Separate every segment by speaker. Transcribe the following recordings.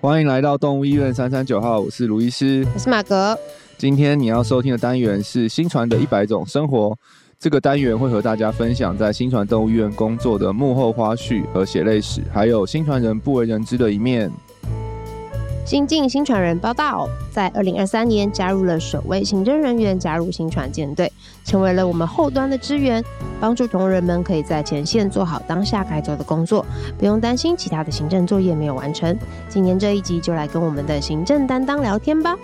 Speaker 1: 欢迎来到动物医院三三九号，我是卢医师。
Speaker 2: 我是马格，
Speaker 1: 今天你要收听的单元是新传的一百种生活。这个单元会和大家分享在新传动物医院工作的幕后花絮和血泪史，还有新传人不为人知的一面。
Speaker 2: 新晋新传人报道，在二零二三年加入了首位行政人员加入新传舰队，成为了我们后端的支援，帮助同仁们可以在前线做好当下该做的工作，不用担心其他的行政作业没有完成。今年这一集就来跟我们的行政担当聊天吧。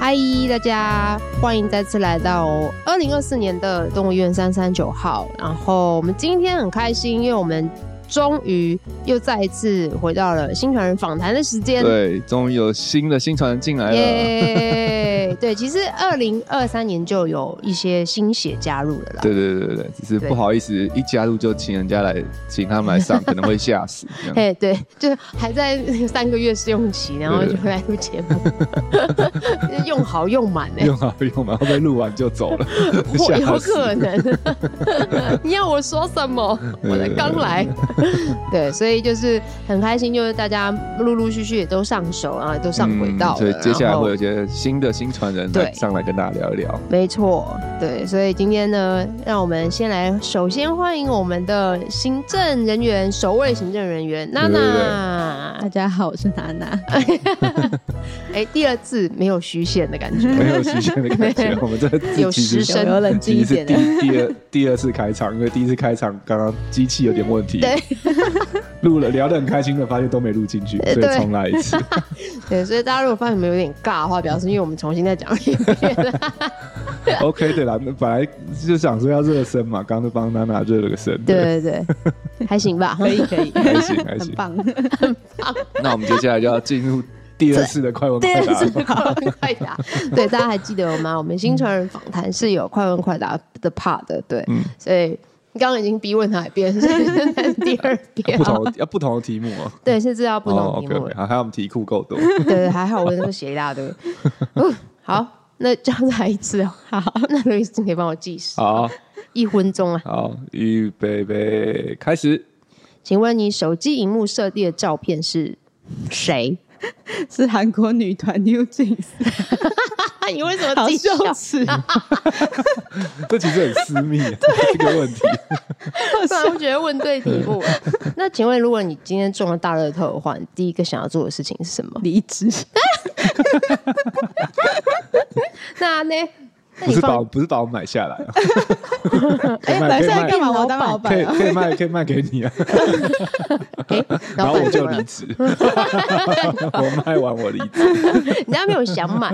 Speaker 2: 嗨，大家欢迎再次来到二零二四年的动物医院三三九号。然后我们今天很开心，因为我们终于又再一次回到了新传人访谈的时间。
Speaker 1: 对，终于有新的新传人进来了。
Speaker 2: 耶对，其实二零二三年就有一些新血加入了啦。
Speaker 1: 对对对对对，只是
Speaker 2: 对
Speaker 1: 不好意思，一加入就请人家来，请他们来上，可能会吓死。这样
Speaker 2: 嘿，对，就是还在三个月试用期，然后
Speaker 1: 对
Speaker 2: 就
Speaker 1: 对
Speaker 2: 回来录节 目，用好用满哎、
Speaker 1: 用啊用啊，会不会录完就走了？
Speaker 2: 我有
Speaker 1: 吓死
Speaker 2: 可能， 你要我说什么？
Speaker 1: 嗯
Speaker 2: 我才刚来，对，所以就是很开心，就是大家陆陆续续也都上手啊，都上轨道
Speaker 1: 嗯
Speaker 2: 了、
Speaker 1: 所以接下来
Speaker 2: 然后
Speaker 1: 会有一些新的新传人
Speaker 2: 对
Speaker 1: 来上来跟大家聊一聊。
Speaker 2: 没错，对，所以今天呢，让我们先来，首先欢迎我们的行政人员，首位行政人员娜
Speaker 1: 对对
Speaker 2: 娜。
Speaker 3: 大家好，我是娜娜。
Speaker 2: 哎、第二次没有虚线的 感觉，
Speaker 1: 没有时间的感 觉，我们这
Speaker 2: 有
Speaker 1: 这其实
Speaker 2: 时深
Speaker 1: 是
Speaker 2: 深
Speaker 3: 有冷静
Speaker 1: 其
Speaker 3: 一
Speaker 1: 实是
Speaker 3: 点的
Speaker 1: 第。第二 第二次开场，因为第一次开场刚刚机器有点问题，
Speaker 2: 对，
Speaker 1: 录了聊得很开心的，发现都没录进去，
Speaker 2: 呃
Speaker 1: 所以
Speaker 2: 对
Speaker 1: 重来一次。
Speaker 2: 对，所以大家如果发现我们有点尬的话，表示因为我们重新再讲 一遍。
Speaker 1: OK，对啦，那本来就想说要热身嘛，刚刚就帮娜娜热了个身，，
Speaker 2: 对对对，还行吧，
Speaker 3: 可以可以，
Speaker 1: 还行还
Speaker 3: 很
Speaker 1: 行。
Speaker 3: 棒。
Speaker 1: 那我们接下来就要进入第二次的快问快答了。
Speaker 2: 快答。 对，大家还记得我吗？我们新传人访谈是有快问快答的 part 的，对，
Speaker 1: 嗯
Speaker 2: 所以刚刚已经逼问他一遍，所以现在是第二遍
Speaker 1: 不。同要不同的题目哦，
Speaker 2: 对，是知道 不
Speaker 1: 哦
Speaker 2: 同题
Speaker 1: ，OK
Speaker 2: 目
Speaker 1: OK，好，还有我们题库够多，
Speaker 2: 对，还好我那个写一大堆。嗯，好，那这样再来一次哦。 好，那刘医生可以帮我计时
Speaker 1: 好
Speaker 2: 一分钟啊。
Speaker 1: 好，预备备，开始。
Speaker 2: 请问你手机荧幕设定的照片是谁？
Speaker 3: 是韩国女团 New Jeans，
Speaker 2: 啊，你为什么
Speaker 3: 好
Speaker 2: 自己笑
Speaker 3: 羞？耻，好
Speaker 1: 这其实很私密、啊，这个问题。
Speaker 2: 突然觉得问对题目了。 那请问，如果你今天中了大乐透的话，你第一个想要做的事情是什么？
Speaker 3: 离职。
Speaker 2: 那呢？
Speaker 1: 不
Speaker 2: 那你
Speaker 1: 是把
Speaker 2: 放
Speaker 1: 我不是把我买下来、啊，哦 可以卖
Speaker 3: 哎来
Speaker 1: 可以
Speaker 3: 现在
Speaker 1: 卖
Speaker 3: 干嘛？我当老
Speaker 1: 可
Speaker 3: 板
Speaker 1: 以
Speaker 3: 啊。
Speaker 1: 可以卖可以卖给你啊，
Speaker 2: 哎，
Speaker 1: 然
Speaker 2: 老
Speaker 1: 后我就
Speaker 2: 板怎么了
Speaker 1: 离？职， 我卖完我离职，
Speaker 2: 人家没有想买。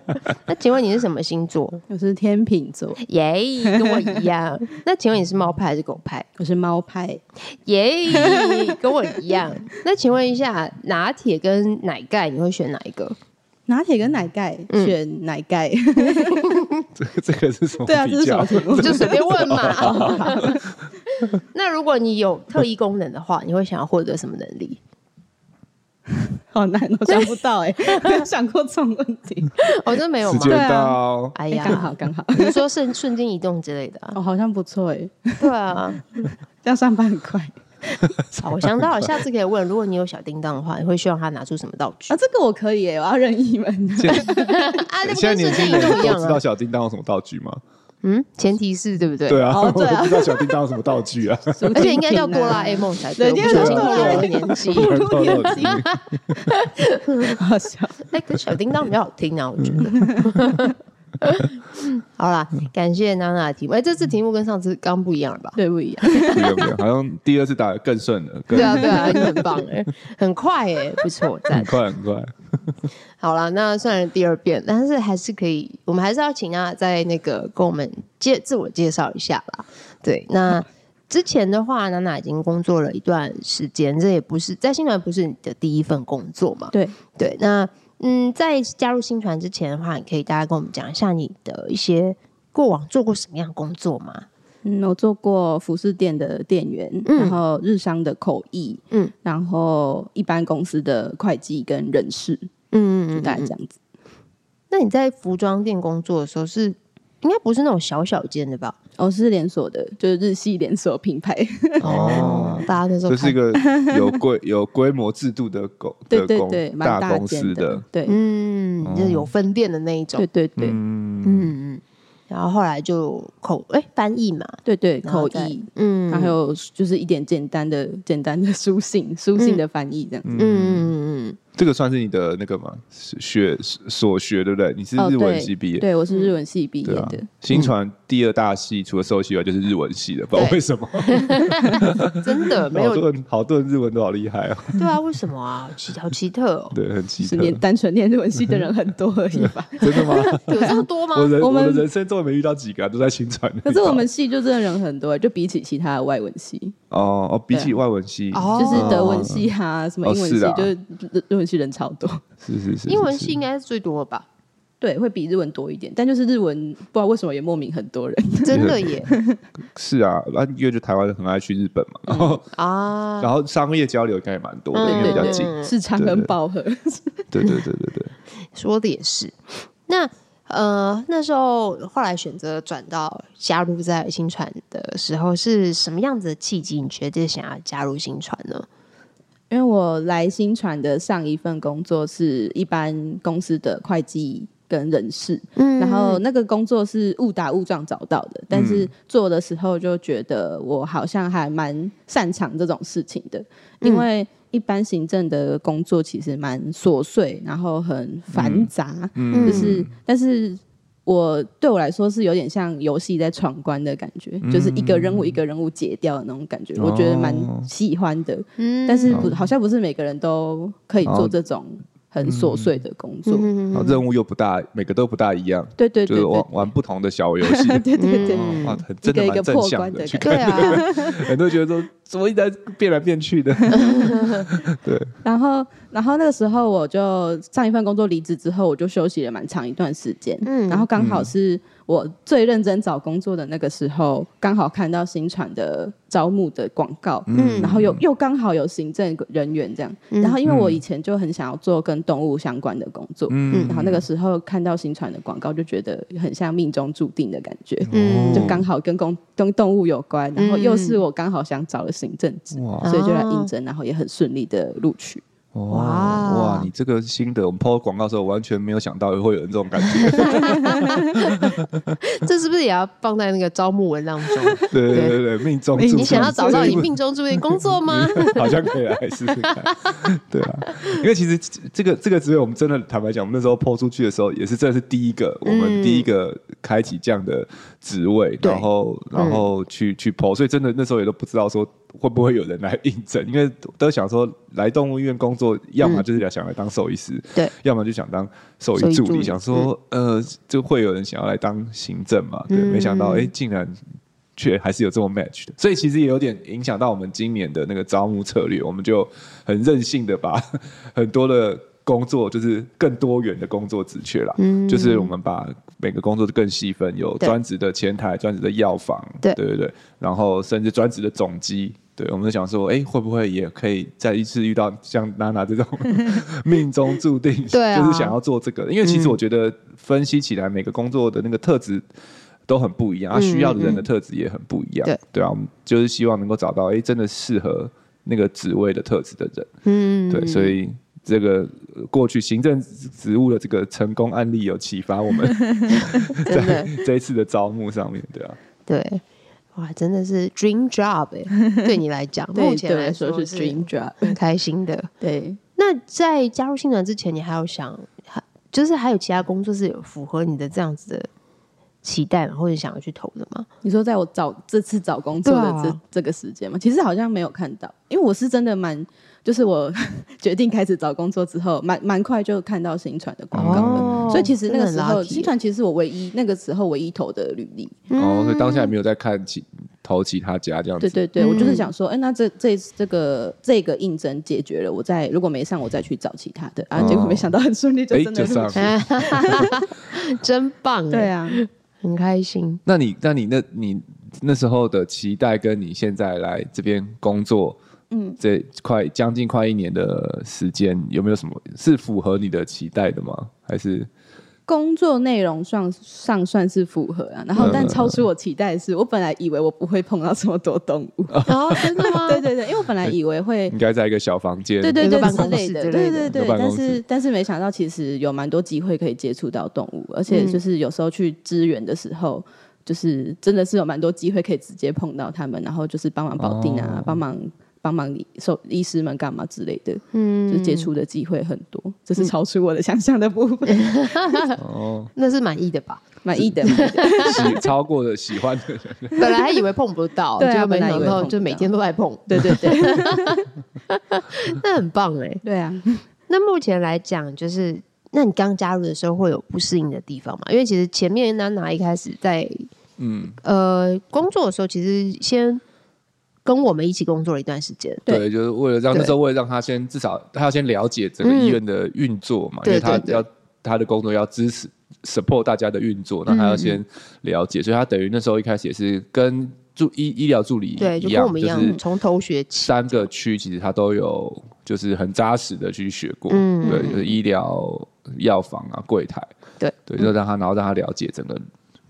Speaker 2: 那请问你是什么星座？
Speaker 3: 我是天秤座，
Speaker 2: 耶，跟我一样。那请问你是猫派还是狗派？
Speaker 3: 我是猫派，
Speaker 2: 耶，跟我一样。那请问一下，拿铁跟奶盖你会选哪一 个？
Speaker 3: 拿铁跟奶盖
Speaker 2: 嗯
Speaker 3: 选奶盖。
Speaker 1: 这个这个是什么
Speaker 3: 对啊，这
Speaker 1: 比
Speaker 3: 是什
Speaker 1: 较
Speaker 3: 么？题目？
Speaker 2: 就随便 问嘛。那如果你有特异功能的话，你会想要获得什么能力？
Speaker 3: 好难，我想不到哎，没有想过这种问题。
Speaker 2: 哦，真没有
Speaker 1: 时
Speaker 2: 吗？
Speaker 1: 间
Speaker 3: 对啊
Speaker 1: 到，
Speaker 2: 哎
Speaker 3: 哎
Speaker 2: 呀，
Speaker 3: 刚 好刚好，
Speaker 2: 比如说瞬瞬间移动之类的、啊。
Speaker 3: 哦，好像不错哎，
Speaker 2: 对啊，
Speaker 3: 这样上班很快。啊
Speaker 2: 好，我想到了，下次可以问，如果你有小叮当的话，你会希望他拿出什么道具
Speaker 3: 啊，？这个我可以哎，我要任意门。
Speaker 1: 现
Speaker 2: 啊，那不
Speaker 1: 现在
Speaker 2: 跟
Speaker 1: 年轻
Speaker 2: 瞬间移
Speaker 1: 人
Speaker 2: 动一
Speaker 1: 都
Speaker 2: 样
Speaker 1: 知道
Speaker 2: 啊？
Speaker 1: 小叮当有什么道具吗？
Speaker 2: 嗯，前提是对不对？
Speaker 1: 对啊，
Speaker 3: 哦对啊
Speaker 1: 我都不知道小叮当有什么道具啊，
Speaker 2: 而且应该叫哆啦 A 梦才对，我
Speaker 3: 对
Speaker 2: 不小心
Speaker 1: 对啊
Speaker 2: 透露我的
Speaker 3: 对
Speaker 2: 年纪。
Speaker 1: 不能透露
Speaker 3: 不能 好笑。
Speaker 2: 哎，可是小叮当比较好听啊，我觉得。 好啦，感谢娜娜的题目。哎，这次题目跟上次刚不一样了吧？
Speaker 3: 对，不一样。
Speaker 1: 不用不用，好像第二次打得更顺了，更
Speaker 2: 对啊，对啊，你很棒哎，很快哎，不错，赞
Speaker 1: 很。快很
Speaker 3: 啊
Speaker 1: 快，
Speaker 2: 好了，那虽然第二遍，但是还是可以，我们还是要请他在那个跟我们介自我介绍一下啦。对，那之前的话，娜娜已经工作了一段时间，这也不是在新传不是你的第一份工作嘛？
Speaker 3: 对，
Speaker 2: 对，那嗯，在加入新传之前的话，你可以大概跟我们讲一下你的一些过往做过什么样的工作吗？
Speaker 3: 嗯，我做过服饰店的店员，
Speaker 2: 嗯
Speaker 3: 然后日商的口译，
Speaker 2: 嗯
Speaker 3: 嗯，然后一般公司的会计跟人事，
Speaker 2: 嗯
Speaker 3: 就大概这样子。
Speaker 2: 那你在服装店工作的时候是应该不是那种小小间的吧？
Speaker 3: 哦，是连锁的，就是日系连锁品牌。
Speaker 1: 哦，
Speaker 2: 大家那时候
Speaker 1: 这是一
Speaker 2: 看，
Speaker 1: 个有规有规模制度的公
Speaker 3: 对
Speaker 1: 的
Speaker 3: 对
Speaker 1: 公
Speaker 3: 对，蛮
Speaker 1: 大公
Speaker 3: 间
Speaker 1: 司
Speaker 3: 的
Speaker 1: 的，，
Speaker 3: 对，
Speaker 2: 嗯，就是
Speaker 1: 哦
Speaker 2: 有分店的那一种
Speaker 3: 对，对对
Speaker 1: 嗯，
Speaker 2: 嗯嗯。然后后来就口哎翻译嘛，
Speaker 3: 对对，
Speaker 2: 然后
Speaker 3: 口
Speaker 2: 再
Speaker 3: 译，
Speaker 2: 嗯，
Speaker 3: 然后还有就是一点简单的、简单的书信、 书信
Speaker 2: 嗯
Speaker 3: 的翻译这样。
Speaker 2: 嗯嗯嗯
Speaker 1: 这个算是你的那个嘛学所学对不对？你是
Speaker 3: 哦
Speaker 1: 日文
Speaker 3: 对
Speaker 1: 系毕业，
Speaker 3: 对，我是日文系毕业
Speaker 1: 对啊
Speaker 3: 的，，
Speaker 1: 新传第二大系除了寿系以外就是日文系的，不知道
Speaker 2: 对
Speaker 1: 为什么，
Speaker 2: 嗯，真的没
Speaker 1: 好
Speaker 2: 有
Speaker 1: 多人好多人日文都好厉害啊，
Speaker 2: 对啊？为什么啊？奇好奇特哦，
Speaker 1: 对，很奇
Speaker 3: 是
Speaker 1: 特，
Speaker 3: 念单纯念日文系的人很多而已吧。
Speaker 1: 真的吗？
Speaker 2: 有这么多吗？
Speaker 1: 我人
Speaker 3: 我
Speaker 1: 我
Speaker 3: 们
Speaker 1: 的人生中也没遇到几个啊、都在新传的遇到。
Speaker 3: 可是我们系就真的人很多，欸就比起其他的外文系，
Speaker 1: 哦哦，比
Speaker 3: 对
Speaker 1: 起外文系，
Speaker 2: 哦
Speaker 3: 就是德文系啊，什么英文系，
Speaker 1: 是啊
Speaker 3: 就是日日文系人超多。
Speaker 1: 是是是，
Speaker 2: 英文
Speaker 1: 是是
Speaker 2: 系应该是最多的 吧？
Speaker 3: 对，会比日文多一点，但就是日文不知道为什么也莫名很多人。
Speaker 2: 真的耶
Speaker 1: 是啊，那因为就台湾人很爱去日本嘛，然后
Speaker 2: 啊！
Speaker 1: 然后商业交流应该也蛮多的，
Speaker 2: 嗯
Speaker 1: 因为比较
Speaker 3: 对
Speaker 1: 近。
Speaker 2: 嗯
Speaker 3: 市场
Speaker 1: 对
Speaker 3: 很
Speaker 1: 对
Speaker 3: 饱和，
Speaker 1: 对对对对对，
Speaker 2: 说的也是。那呃，那时候后来选择转到加入在新传的时候，是什么样子的契机？你觉得想要加入新传呢？
Speaker 3: 因为我来新传的上一份工作是一般公司的会计跟人事，
Speaker 2: 嗯
Speaker 3: 然后那个工作是误打误撞找到的，但
Speaker 1: 嗯
Speaker 3: 是做的时候就觉得我好像还蛮擅长这种事情的，
Speaker 1: 嗯
Speaker 3: 因为一般行政的工作其实蛮琐碎，然后很繁杂，
Speaker 1: 嗯
Speaker 3: 就是但是。我对我来说是有点像游戏在闯关的感觉，就是一个任务一个任务解掉的那种感觉，我觉得蛮
Speaker 1: 嗯哦
Speaker 3: 喜欢的。
Speaker 2: 嗯
Speaker 3: 但是不，好像不是每个人都可以
Speaker 1: 哦
Speaker 3: 做这种很
Speaker 2: 嗯
Speaker 3: 琐碎的工作。
Speaker 1: 然后任务又不大，每个都不大一样，
Speaker 3: 对对
Speaker 1: 就
Speaker 3: 对
Speaker 1: 是
Speaker 3: 对
Speaker 1: 玩玩不同的小游戏。
Speaker 3: 对对对，
Speaker 1: 哦哇，很
Speaker 3: 一
Speaker 1: 真
Speaker 3: 个
Speaker 1: 的
Speaker 3: 一
Speaker 1: 蛮
Speaker 3: 个
Speaker 1: 正
Speaker 3: 破
Speaker 1: 向
Speaker 3: 关
Speaker 1: 的，
Speaker 3: 的
Speaker 1: 去
Speaker 3: 感
Speaker 1: 看
Speaker 2: 嗯对啊，
Speaker 1: 很多人觉得说怎么一直在变来变去的，对，
Speaker 3: 然后，然后那个时候我就上一份工作离职之后，我就休息了蛮长一段时间。
Speaker 2: 嗯
Speaker 3: 然后刚好是我最认真找工作的那个时候，刚好看到新传的招募的广告，
Speaker 2: 嗯
Speaker 3: 然后又又刚好有行政人员这样。然后因为我以前就很想要做跟动物相关的工作，
Speaker 1: 嗯
Speaker 3: 然后那个时候看到新传的广告，就觉得很像命中注定的感觉。
Speaker 2: 嗯
Speaker 3: 就刚好跟公跟动物有关，然后又是我刚好想找的行政职，
Speaker 1: 哇
Speaker 3: 所以就来
Speaker 2: 啊
Speaker 3: 应征，然后也很顺利的录取。
Speaker 1: 哇哦哇，你这个心得，我们 PO 广告的时候我完全没有想到会有人这种感觉，
Speaker 2: 这是不是也要放在那个招募文当中？哎
Speaker 1: 对对对对，命中嗯注定。
Speaker 2: 你想要找到
Speaker 1: 这
Speaker 2: 你
Speaker 1: 个
Speaker 2: 命中注定工作吗？
Speaker 1: 好像可以来试试 看，对啊，因为其实这个这个职位，我们真的坦白讲，我们那时候抛出去的时候，也是真的是第一个，我们第一个开启这样的职位，
Speaker 2: 嗯对嗯
Speaker 1: 然后然后去、去抛，所以真的那时候也都不知道说会不会有人来应征，因为都想说来动物医院工作，要么就是想来当兽医师，
Speaker 2: 嗯对
Speaker 1: 要么就想当兽
Speaker 2: 兽
Speaker 1: 医
Speaker 2: 医
Speaker 1: 助
Speaker 2: 助理嗯
Speaker 1: 理，想说、呃，就会有人想要来当行政嘛，对，没想到
Speaker 2: 嗯
Speaker 1: 哎、竟然却还是有这么 match 的，所以其实也有点影响到我们今年的那个招募策略，我们就很任性的把 很多的工作，就是更多元的工作职缺啦，就是我们把每个工作更细分，有
Speaker 2: 嗯对
Speaker 1: 专职的前台、专职的药房，
Speaker 2: 对
Speaker 1: 对对对，然后甚至专职的总机。对，我们就想说，哎，会不会也可以再一次遇到像娜娜 这种命中注定，
Speaker 2: 对啊嗯
Speaker 1: 就是想要做这个？因为其实我觉得分析起来，每个工作的那个特质都很不一样，他、啊需要的人的特质也很不一样。
Speaker 2: 嗯对
Speaker 1: 对啊，我们就是希望能够找到哎、诶真的适合那个职位的特质的人。
Speaker 2: 嗯，
Speaker 1: 对，所以这个呃过去行政职务的这个成功案例有启发我们
Speaker 2: 真的
Speaker 1: 在这一次的招募上面，对啊，
Speaker 2: 对，哇，真的是 dream job 哎，对你来讲，目
Speaker 3: 对
Speaker 2: 前
Speaker 3: 对
Speaker 2: 来
Speaker 3: 来说是 dream job。
Speaker 2: 很开心的。
Speaker 3: 对，
Speaker 2: 那在加入新团之前，你还有想，还就是还有其他工作是有符合你的这样子的期待吗？或者想要去投的吗？
Speaker 3: 你说在我找这次找工作
Speaker 2: 对
Speaker 3: 的
Speaker 2: 啊
Speaker 3: 这、这个时间嘛，其实好像没有看到，因为我是真的蛮，就是我 决定开始找工作之后，蛮蛮快就看到新传的广告了。
Speaker 2: 哦
Speaker 3: 所以其实那个时候，新
Speaker 2: 新
Speaker 3: 传其实是我唯一那个时候唯一投的履历，
Speaker 2: 嗯
Speaker 1: 哦，所以当下也没有在看其投其他家这样子，
Speaker 3: 对对对，我就是
Speaker 2: 嗯
Speaker 3: 想说，哎、那这这这个这个应征解决了，我再如果没上，我再去找其他的啊。
Speaker 1: 哦
Speaker 3: 结果没想到很顺利，就
Speaker 1: 哎
Speaker 3: 真的
Speaker 1: 就上了
Speaker 3: 录取。
Speaker 2: 真棒，欸
Speaker 3: 对，啊，
Speaker 2: 很开心。
Speaker 1: 那你那你那你那时候的期待跟你现在来这边工作，嗯，这快将近快一年的时间，有没有什么是符合你的期待的吗？还是
Speaker 3: 工作内容上上算是符合啊，
Speaker 1: 嗯
Speaker 3: 然后但超出我期待的是，我本来以为我不会碰到这么多动 物，
Speaker 2: 哦，真的吗？
Speaker 3: 对对对，因为我本来以为会
Speaker 1: 应该在一个小房间，
Speaker 3: 对对
Speaker 2: 有个
Speaker 3: 对
Speaker 2: 办
Speaker 3: 之
Speaker 2: 公
Speaker 3: 类
Speaker 2: 室
Speaker 3: 的，
Speaker 2: 之类
Speaker 3: 对
Speaker 2: 的
Speaker 3: 对对
Speaker 1: 嗯有。办
Speaker 3: 但
Speaker 1: 公室
Speaker 3: 是但是没想到，其实有蛮多机会可以接触到动物，而
Speaker 1: 嗯
Speaker 3: 且就是有时候去支援的时候，就是真的是有蛮多机会可以直接碰到他们，然后就是帮忙保定啊，
Speaker 1: 哦
Speaker 3: 帮忙帮忙你兽医师们干嘛之类的，就
Speaker 2: 嗯，
Speaker 3: 接触的机会很多，
Speaker 1: 嗯
Speaker 3: 这是超出我的想象的部分，
Speaker 1: 哦，
Speaker 2: 那是满意的吧？
Speaker 3: 满意的。满意 的
Speaker 1: 喜超过了喜欢 的人，
Speaker 2: 本来还以为碰不到，
Speaker 3: 对啊
Speaker 2: 就没
Speaker 3: 本来以
Speaker 2: 想
Speaker 3: 为
Speaker 2: 到
Speaker 3: 碰不
Speaker 2: 就每
Speaker 3: 到
Speaker 2: 天都在碰，
Speaker 3: 对对对
Speaker 2: 那很棒哎、
Speaker 3: 对啊！
Speaker 2: 那目前来讲，就是那你刚加入的时候会有不适应的地方嘛？因为其实前面娜娜一开始在
Speaker 1: 嗯，
Speaker 2: 呃工作的时候，其实先跟我们一起工作了一段时间，
Speaker 3: 对
Speaker 1: 对，就是为了让
Speaker 2: 对
Speaker 1: 那时候为了让他先至少他要先了解整个
Speaker 2: 嗯
Speaker 1: 医院的运作嘛，因
Speaker 2: 对
Speaker 1: 为他
Speaker 2: 对对
Speaker 1: 要他的工作要支持 support 大家的运作，那他
Speaker 2: 嗯
Speaker 1: 要先了解，所以他等于那时候一开始也是跟助医医疗助理
Speaker 2: 对，
Speaker 1: 一
Speaker 2: 就跟我
Speaker 1: 样，
Speaker 2: 们一
Speaker 1: 就
Speaker 2: 样
Speaker 1: 是
Speaker 2: 从头学起。
Speaker 1: 三个区其实他都有，就是很扎实的去学过，
Speaker 2: 嗯
Speaker 1: 对，就是医疗药房啊、柜台，
Speaker 2: 对
Speaker 1: 对，就让他然后让他了解整个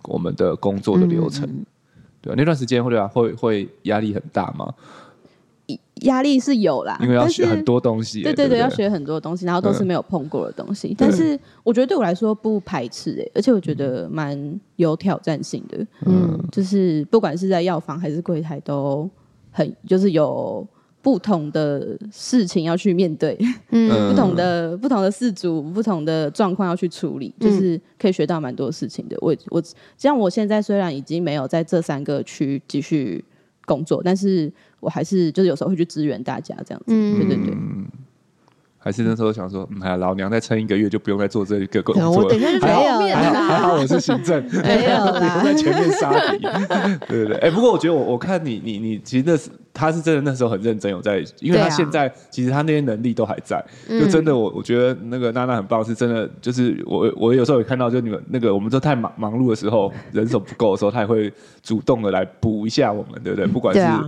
Speaker 1: 我们的工作的流程，对、那段时间会对啊会会压力很大嘛，
Speaker 3: 压力是有啦，
Speaker 1: 因为要
Speaker 3: 啊但
Speaker 1: 学
Speaker 3: 是
Speaker 1: 很多东西耶、
Speaker 3: 对
Speaker 1: 对
Speaker 3: 对
Speaker 1: 不
Speaker 3: 对，要学很多东西，然后都是没有碰过的东西。但是我觉得对我来说不排斥诶、而且我觉得蛮有挑战性的，
Speaker 2: 嗯，
Speaker 3: 就是不管是在药房还是柜台，都很就是有不同的事情要去面对，
Speaker 1: 嗯
Speaker 3: 不同的不同的事主、不同的状况要去处理，
Speaker 2: 嗯
Speaker 3: 就是可以学到蛮多事情的。我我像我现在虽然已经没有在这三个区继续工作，但是我还是就是有时候会去支援大家这样子。
Speaker 2: 嗯
Speaker 3: 对对对。
Speaker 1: 还是那时候想说，嗯，哎老娘再撑一个月就不用再做这个工
Speaker 2: 对啊我
Speaker 1: 作
Speaker 2: 等
Speaker 1: 了
Speaker 2: 一。
Speaker 1: 还
Speaker 2: 下就在
Speaker 3: 好
Speaker 2: 后面啊
Speaker 1: 还好，还
Speaker 2: 啦，
Speaker 1: 好我是行 政，
Speaker 3: 没有啦
Speaker 1: 我在前面杀敌，对对对。哎、不过我觉得我我看你你你，其实那是他是真的那时候很认真有在，因为
Speaker 2: 对啊嗯
Speaker 1: 他现在、其实他那些能力都还在，就真的我我觉得那个娜娜很棒，是真的就是我我有时候也看到，就你们那个我们都太忙忙碌的时候，人手不够的时候，他也会主动的来补一下我们，对不对？不管是
Speaker 2: 对啊，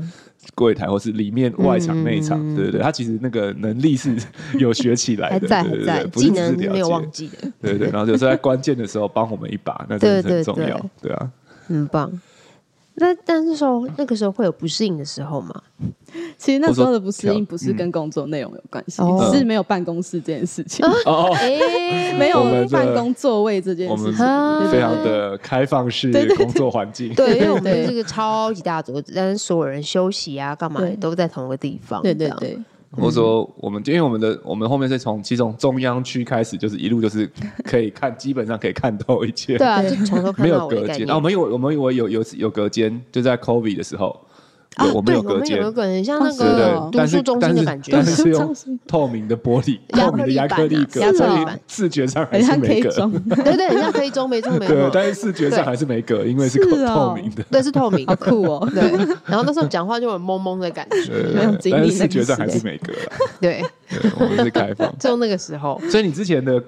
Speaker 1: 柜台或是里面外场
Speaker 2: 嗯
Speaker 1: 内场，对对对，他其实那个能力 是有学起来
Speaker 2: 还
Speaker 1: 的，
Speaker 2: 在
Speaker 1: 对
Speaker 2: 还
Speaker 1: 对
Speaker 2: 在
Speaker 1: 对，，不
Speaker 2: 技
Speaker 1: 是只是
Speaker 2: 能
Speaker 1: 了
Speaker 2: 没有
Speaker 1: 解
Speaker 2: 忘记的，
Speaker 1: 对 对，然后就是在关键的时候帮我们一把，那真的是很重要
Speaker 2: 对对，
Speaker 1: 对啊，
Speaker 2: 很棒。那但那时候那个时候会有不适应的时候 嘛？
Speaker 3: 其实那时候的不适
Speaker 1: 我说嗯
Speaker 3: 应不是跟工作内容有关系，
Speaker 2: 嗯
Speaker 3: 是没有办公室这件事情，
Speaker 1: 哦，
Speaker 2: 哎，
Speaker 3: 没
Speaker 1: 我们
Speaker 3: 有
Speaker 1: 这
Speaker 3: 办公座位这件
Speaker 1: 我
Speaker 3: 事
Speaker 1: 们
Speaker 3: 情。
Speaker 2: 啊
Speaker 1: 非常的开放式
Speaker 3: 对对对
Speaker 1: 工作环境，
Speaker 2: 对，因为
Speaker 3: 对
Speaker 2: 我们
Speaker 3: 对
Speaker 2: 是个超级大桌子，但是所有人休息啊、干嘛
Speaker 3: 对
Speaker 2: 都在同一个地方。
Speaker 3: 对
Speaker 2: 这
Speaker 3: 对
Speaker 2: 样，
Speaker 3: 对，
Speaker 1: 或者说我们因为我们的我们后面是从其实从中央区开始，就是一路就是可以看，基本上可以看透一切，
Speaker 2: 对啊，就从头看
Speaker 1: 没
Speaker 2: 到
Speaker 1: 有
Speaker 2: 尾的
Speaker 1: 隔
Speaker 2: 概
Speaker 1: 间。
Speaker 2: 念。
Speaker 1: 啊，我们有我们有有有有隔间，就在 COVID 的时候，
Speaker 2: 啊，
Speaker 1: 对
Speaker 2: 对，
Speaker 1: 我
Speaker 2: 我
Speaker 1: 们
Speaker 2: 们
Speaker 1: 有隔间
Speaker 2: 有。个很像
Speaker 3: 哦
Speaker 2: 那
Speaker 3: 是
Speaker 1: 对对
Speaker 2: 个
Speaker 3: 哦
Speaker 2: 读
Speaker 1: 但
Speaker 2: 书
Speaker 1: 是
Speaker 2: 中心
Speaker 1: 但
Speaker 2: 的
Speaker 1: 是
Speaker 2: 感觉
Speaker 1: 但，是是
Speaker 3: 读书
Speaker 1: 用
Speaker 3: 中心
Speaker 1: 透明的玻璃，
Speaker 2: 亚
Speaker 1: 透
Speaker 2: 克
Speaker 1: 明的
Speaker 2: 力
Speaker 1: 亚
Speaker 2: 板啊
Speaker 1: 克力
Speaker 2: 亚
Speaker 1: 隔，
Speaker 2: 克
Speaker 1: 所
Speaker 2: 力
Speaker 1: 以
Speaker 2: 板
Speaker 1: 视觉上还
Speaker 3: 很
Speaker 1: 是
Speaker 3: 像 K
Speaker 1: 没隔。
Speaker 3: 中，
Speaker 2: 对对，很像可以中没 中没
Speaker 1: 对，
Speaker 2: 有。
Speaker 1: 但是视觉上还是没隔，因为是
Speaker 3: 哦是
Speaker 1: 透
Speaker 3: 哦
Speaker 1: 透明的。
Speaker 2: 对，是透明
Speaker 3: 好。酷哦！
Speaker 2: 对，然后那时候讲话就有懵懵的感觉。
Speaker 1: 对
Speaker 3: 没有经历
Speaker 1: 但
Speaker 3: 那
Speaker 1: 是
Speaker 3: 个
Speaker 1: 视觉上
Speaker 3: 时
Speaker 1: 还
Speaker 3: 代
Speaker 1: 是没隔啦。
Speaker 2: 对，。
Speaker 1: 对，我们是开放
Speaker 2: 就那个时候，
Speaker 1: 所以你之前的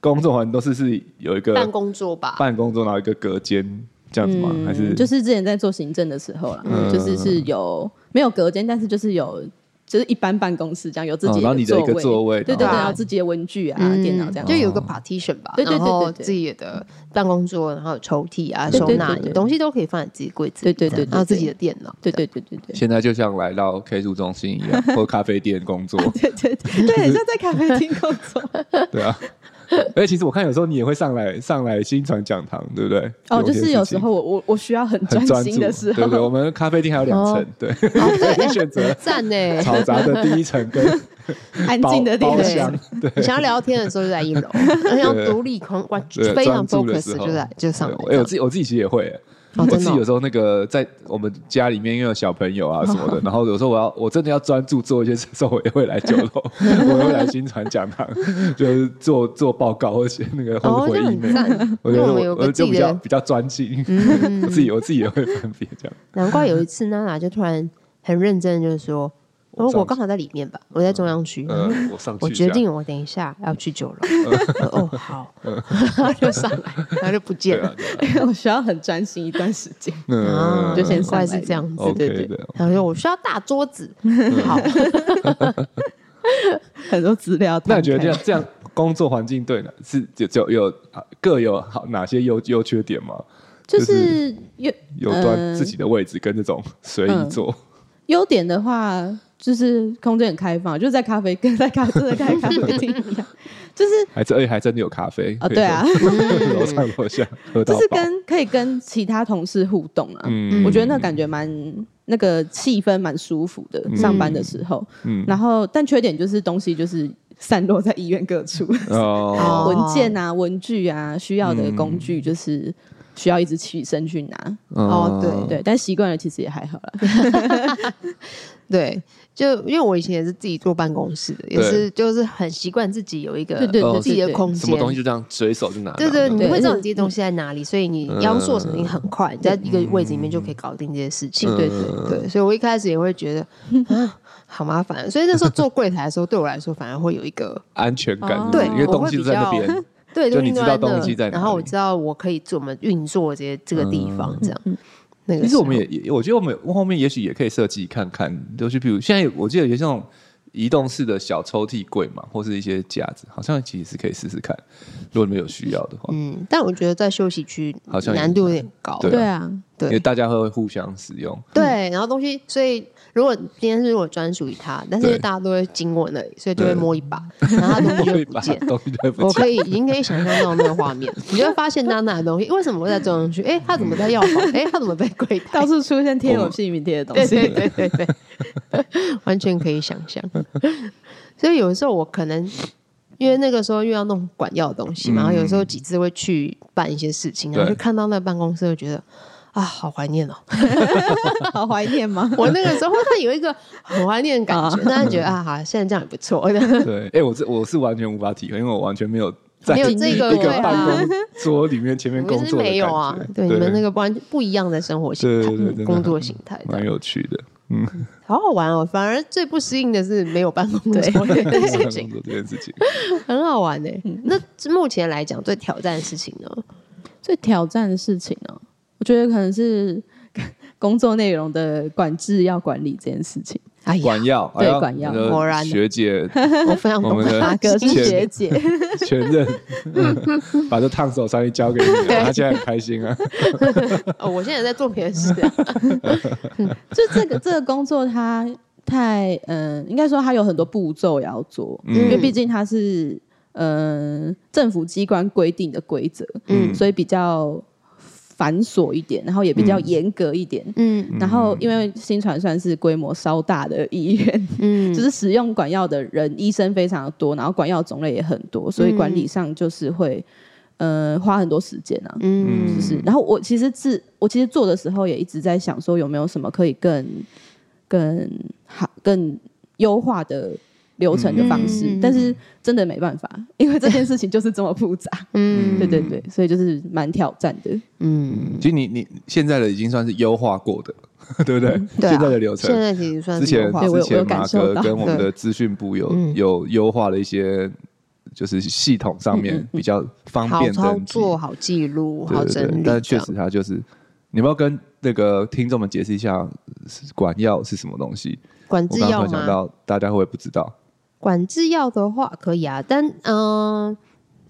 Speaker 1: 工作环境都是是有一个
Speaker 2: 办公桌吧。
Speaker 1: 办公桌，然后一个隔间这样子吗？还 是
Speaker 3: 嗯就是之前在做行政的时候啦，
Speaker 1: 嗯
Speaker 3: 就是是有没有隔间，但是就是有就是一般办公室这样，有自
Speaker 1: 哦
Speaker 3: 己
Speaker 1: 然后你的一
Speaker 3: 座
Speaker 1: 个
Speaker 3: 位，
Speaker 1: 座位
Speaker 3: 对对
Speaker 2: 然
Speaker 3: 对，
Speaker 2: 后
Speaker 3: 然后自己的文具啊、
Speaker 2: 嗯
Speaker 3: 电脑这样
Speaker 2: 就。有个 partition 吧，
Speaker 3: 对对对
Speaker 2: 然后
Speaker 3: 对对
Speaker 2: 自己的办公桌，然后有抽屉啊、
Speaker 1: 对
Speaker 2: 收
Speaker 1: 对
Speaker 2: 纳，
Speaker 3: 对对
Speaker 2: 你东西都可以放在自己柜子里，
Speaker 3: 对对
Speaker 2: 这样
Speaker 3: 对对
Speaker 2: 然后自己
Speaker 3: 对
Speaker 2: 的电脑，
Speaker 3: 对对对对对
Speaker 1: 现在就像来到 K 数中心 一样，或咖啡店工作，
Speaker 3: 对对对，对，很像在咖啡厅工作。
Speaker 1: 对啊。而且其实我看有时候你也会上来上来新传讲堂，对不对？
Speaker 3: 哦，就
Speaker 1: 些
Speaker 3: 是有
Speaker 1: 事情
Speaker 3: 时候我我我需要很
Speaker 1: 很
Speaker 3: 专
Speaker 1: 专
Speaker 3: 心
Speaker 1: 注
Speaker 3: 的时
Speaker 1: 对对，我
Speaker 3: 候，哦
Speaker 1: 们咖啡厅还有两层，对，我们选择
Speaker 2: 哦 赞呢。
Speaker 1: 嘈杂的第一层跟
Speaker 3: 安
Speaker 1: 包
Speaker 3: 静的地
Speaker 1: 包
Speaker 3: 方
Speaker 2: 对
Speaker 1: 厢，对。
Speaker 2: 你想要聊天的时候就在 一楼，想要独立空完
Speaker 1: 对
Speaker 2: 非常
Speaker 1: 专注的
Speaker 2: focus
Speaker 1: 时
Speaker 2: 就
Speaker 1: 候
Speaker 2: 在就上来
Speaker 1: 对
Speaker 2: 这
Speaker 1: 哎，我
Speaker 2: 样。
Speaker 1: 自己我自己其实也会、欸
Speaker 2: 哦真的
Speaker 1: 我自己
Speaker 2: 哦
Speaker 1: 有时候那个在我们家里面，因为有小朋友啊什么的，然后有时候我要我真的要专注做一些事的时候，我也会来酒楼，我也会来新传讲堂，就是做做报告或写那个或，
Speaker 2: 哦
Speaker 1: 者回
Speaker 2: 这样
Speaker 1: 忆
Speaker 2: 很
Speaker 1: 那个。
Speaker 2: 赞，
Speaker 1: 我
Speaker 2: 因
Speaker 1: 觉得
Speaker 2: 为我们有
Speaker 1: 我
Speaker 2: 个嗯
Speaker 1: 我
Speaker 2: 自
Speaker 1: 就
Speaker 2: 己
Speaker 1: 比较
Speaker 2: 的，
Speaker 1: 比较专心，我自己 我自己也会分别这样。
Speaker 2: 难怪有一次娜娜就突然很认真，就是说，哦
Speaker 1: 我
Speaker 2: 我
Speaker 1: 上
Speaker 2: 我刚好在里面吧，我在中央区，
Speaker 1: 呃，我上去
Speaker 2: 我
Speaker 1: 一下嗯
Speaker 2: 决定我等一下要 去酒楼，哦好， 然后就上来，然后就不见
Speaker 1: 对
Speaker 2: 了哦
Speaker 1: 啊，，
Speaker 3: 我需要很专心一段时间。
Speaker 1: 嗯哦啊
Speaker 2: 啊，
Speaker 3: 就先上
Speaker 2: 怪
Speaker 3: 来
Speaker 2: 是这样子，
Speaker 3: 对
Speaker 1: OK
Speaker 3: 对
Speaker 1: 的，
Speaker 2: 然后说我需要大
Speaker 1: 嗯
Speaker 2: 桌子，好，
Speaker 3: 很多资料摊开。
Speaker 1: 那你觉得这样这样工作环境对哪是有有有各有好哪些优优缺点吗？
Speaker 3: 就是优
Speaker 1: 有
Speaker 2: 嗯
Speaker 1: 关自己的位置跟这种随意做，
Speaker 3: 优点的话，就是空间很开放，就在咖啡 跟在咖真的在咖啡厅一 样，就是
Speaker 1: 还真而且还真的有咖啡
Speaker 2: 哦
Speaker 3: 啊对啊，
Speaker 1: 可以喝 楼上楼下喝到
Speaker 3: 就是
Speaker 1: 饱。
Speaker 3: 跟可以跟其他同事互动啊。
Speaker 1: 嗯
Speaker 3: 我觉得那感觉蛮那个气氛蛮舒服的，上班的时候。
Speaker 1: 嗯
Speaker 3: 然后，但缺点就是东西就是散落在医院各处，
Speaker 1: 哦， 嗯
Speaker 3: 文件啊、文具啊，需要的工具就是需要一直起身去拿。
Speaker 2: 哦对
Speaker 1: 嗯
Speaker 3: 对，但习惯了其实也还好啦。
Speaker 2: 对，就因为我以前也是自己坐办公室的，也
Speaker 1: 对
Speaker 2: 是就是很习惯自己有一个
Speaker 3: 对对
Speaker 1: 对
Speaker 2: 自己
Speaker 3: 对
Speaker 2: 的
Speaker 3: 对
Speaker 2: 空
Speaker 4: 什
Speaker 2: 间
Speaker 4: 么，东西就这样随手就拿拿。
Speaker 2: 对对，
Speaker 4: 拿
Speaker 2: 你会知道
Speaker 3: 对
Speaker 2: 你这些东西在哪里，所以你
Speaker 1: 嗯
Speaker 2: 要做什么，你很快，你在一个位置里面就可以搞定这些事情。
Speaker 1: 嗯
Speaker 3: 对对
Speaker 1: 啊
Speaker 2: 对，所以我一开始也会觉得啊，好麻烦。所以那时候做柜台的时候，对我来说反而会有一个
Speaker 1: 安全感是不是，
Speaker 2: 哦对
Speaker 1: 因为
Speaker 2: 我
Speaker 1: 东
Speaker 2: 会
Speaker 1: 西
Speaker 2: 比
Speaker 1: 在那
Speaker 2: 较
Speaker 1: 边，
Speaker 2: 对，
Speaker 1: 就你
Speaker 2: 运
Speaker 1: 知
Speaker 2: 动
Speaker 1: 道
Speaker 2: 在那
Speaker 1: 东西在哪
Speaker 2: 然后我
Speaker 1: 里嗯
Speaker 2: 知道我可以怎么运作这些这个地方，这样。那个
Speaker 1: 其
Speaker 2: 时
Speaker 1: 实我们
Speaker 2: 候
Speaker 1: 也，也我觉得我们后面也许也可以设计看看，就是比如现在我记得有这种移动式的小抽屉柜嘛，或是一些架子，好像其实是可以试试看，如果你们有需要的话，
Speaker 2: 嗯，但我觉得在休息区
Speaker 1: 好像也
Speaker 2: 难度有点高。
Speaker 1: 对
Speaker 3: 对啊，
Speaker 1: 因为
Speaker 2: 对
Speaker 1: 大家会互相使 用。
Speaker 2: 对，然后东西，所以如果今天是我专属于他，但
Speaker 1: 对
Speaker 2: 是大家都会经过那里，所以就会
Speaker 1: 对
Speaker 2: 摸一把，然后他东西就
Speaker 1: 会
Speaker 2: 会
Speaker 1: 把
Speaker 2: 不见。
Speaker 1: 东西对 不
Speaker 2: 我
Speaker 1: 起，
Speaker 2: 可以已经可以想象到那个画面，你就会发现他拿的东西为什么会在中央区？哎、他怎么在药房？哎、他怎么在 柜台？
Speaker 3: 到处出现贴我姓名贴的东
Speaker 2: 对
Speaker 3: 西。
Speaker 2: 对对对对，完全可以想象。所以有时候我可能因为那个时候又要弄管药的东西
Speaker 1: 嗯
Speaker 2: 嘛，然后有时候几次会去办一些事情，然后
Speaker 1: 对
Speaker 2: 就看到那个办公室，就觉得。啊，好怀念哦！
Speaker 3: 啊好怀念吗？
Speaker 2: 我那个时候会有一个很怀念的感觉，但是觉得啊，好，现在这样也不错。
Speaker 1: 对，哎，我这我是完全无法体会，因为我完全没有在
Speaker 2: 没有
Speaker 1: 一
Speaker 2: 这个
Speaker 1: 个
Speaker 2: 对啊
Speaker 1: 办 公桌里面前面
Speaker 2: 我
Speaker 1: 工
Speaker 2: 们是
Speaker 1: 作的
Speaker 2: 没有啊
Speaker 1: 感觉，
Speaker 2: 对你们那个不然不一样的生活形态
Speaker 1: 对对对真
Speaker 2: 嗯
Speaker 1: 的
Speaker 2: 工作形态这样，
Speaker 1: 蛮有趣 的，
Speaker 2: 好好玩哦。反而最不适应的是没有办公桌这件
Speaker 1: 办
Speaker 2: 事
Speaker 1: 公
Speaker 2: 情，
Speaker 1: 桌这件事情，
Speaker 2: 很好玩呢、欸那目前来讲最挑战的事情呢？
Speaker 3: 最挑战的事情哦，我觉得可能是工作内容的管制要管理这件事情。
Speaker 2: 哎呀，
Speaker 1: 管药，哎
Speaker 3: 对
Speaker 1: 呀
Speaker 3: 管药
Speaker 1: 那个
Speaker 2: 果然
Speaker 1: 学 姐
Speaker 2: 我非常
Speaker 1: 我
Speaker 2: 懂
Speaker 1: 们的
Speaker 2: 他
Speaker 3: 大哥是
Speaker 1: 前
Speaker 3: 学姐，
Speaker 1: 全 任把这烫手山芋交给你了，
Speaker 2: 对
Speaker 1: 他现在很开心啊。
Speaker 2: 哦，我现在也在做别的事啊，
Speaker 3: 就这个这个工作它太嗯、应该说它有很多步骤要做，
Speaker 1: 嗯
Speaker 3: 因为毕竟它是嗯、呃政府机关规定的规则，
Speaker 1: 嗯
Speaker 3: 所以比较繁琐一点，然后也比较严格一点。
Speaker 2: 嗯
Speaker 3: 然后，因为新传算是规模稍大的医 院，
Speaker 2: 嗯，
Speaker 3: 就是使用管药的人医生非常的多，然后管药种类也很多，所以管理上就是会、呃花很多时间啊。
Speaker 2: 嗯，
Speaker 3: 就是，然后我其实自我其实做的时候也一直在想说有没有什么可以更更好更优化的流程的方式，
Speaker 2: 嗯
Speaker 3: 但是真的没办法，因为这件事情就是这么复杂。
Speaker 2: 嗯
Speaker 3: 对对对，所以就是蛮挑战的。
Speaker 2: 嗯，
Speaker 1: 其实你你现在的已经算是优化过的，对不对？
Speaker 2: 对啊
Speaker 1: 现在的流程
Speaker 2: 现，在其实算
Speaker 1: 之
Speaker 2: 是
Speaker 1: 前
Speaker 2: 优化
Speaker 3: 对
Speaker 1: 之
Speaker 3: 我有我
Speaker 1: 前
Speaker 3: 有感
Speaker 1: 马
Speaker 3: 受
Speaker 1: 哥
Speaker 3: 到
Speaker 1: 跟我们
Speaker 2: 对
Speaker 1: 的资讯部有
Speaker 2: 嗯
Speaker 1: 有优化了一些，就是系统上
Speaker 3: 嗯
Speaker 1: 面
Speaker 3: 嗯嗯
Speaker 1: 比较方
Speaker 2: 好
Speaker 1: 便
Speaker 2: 操
Speaker 1: 登记，
Speaker 2: 作、好记录、
Speaker 1: 对
Speaker 2: 好
Speaker 1: 对
Speaker 2: 整
Speaker 1: 对
Speaker 2: 理，。
Speaker 1: 但确实，它就是，你们要跟那个听众们解释一下，管药是什么东西？
Speaker 2: 管
Speaker 1: 我
Speaker 2: 制
Speaker 1: 刚刚突
Speaker 2: 药
Speaker 1: 然想
Speaker 2: 吗？
Speaker 1: 到，大家会不会不知道？
Speaker 2: 管制药的话可以啊，但嗯，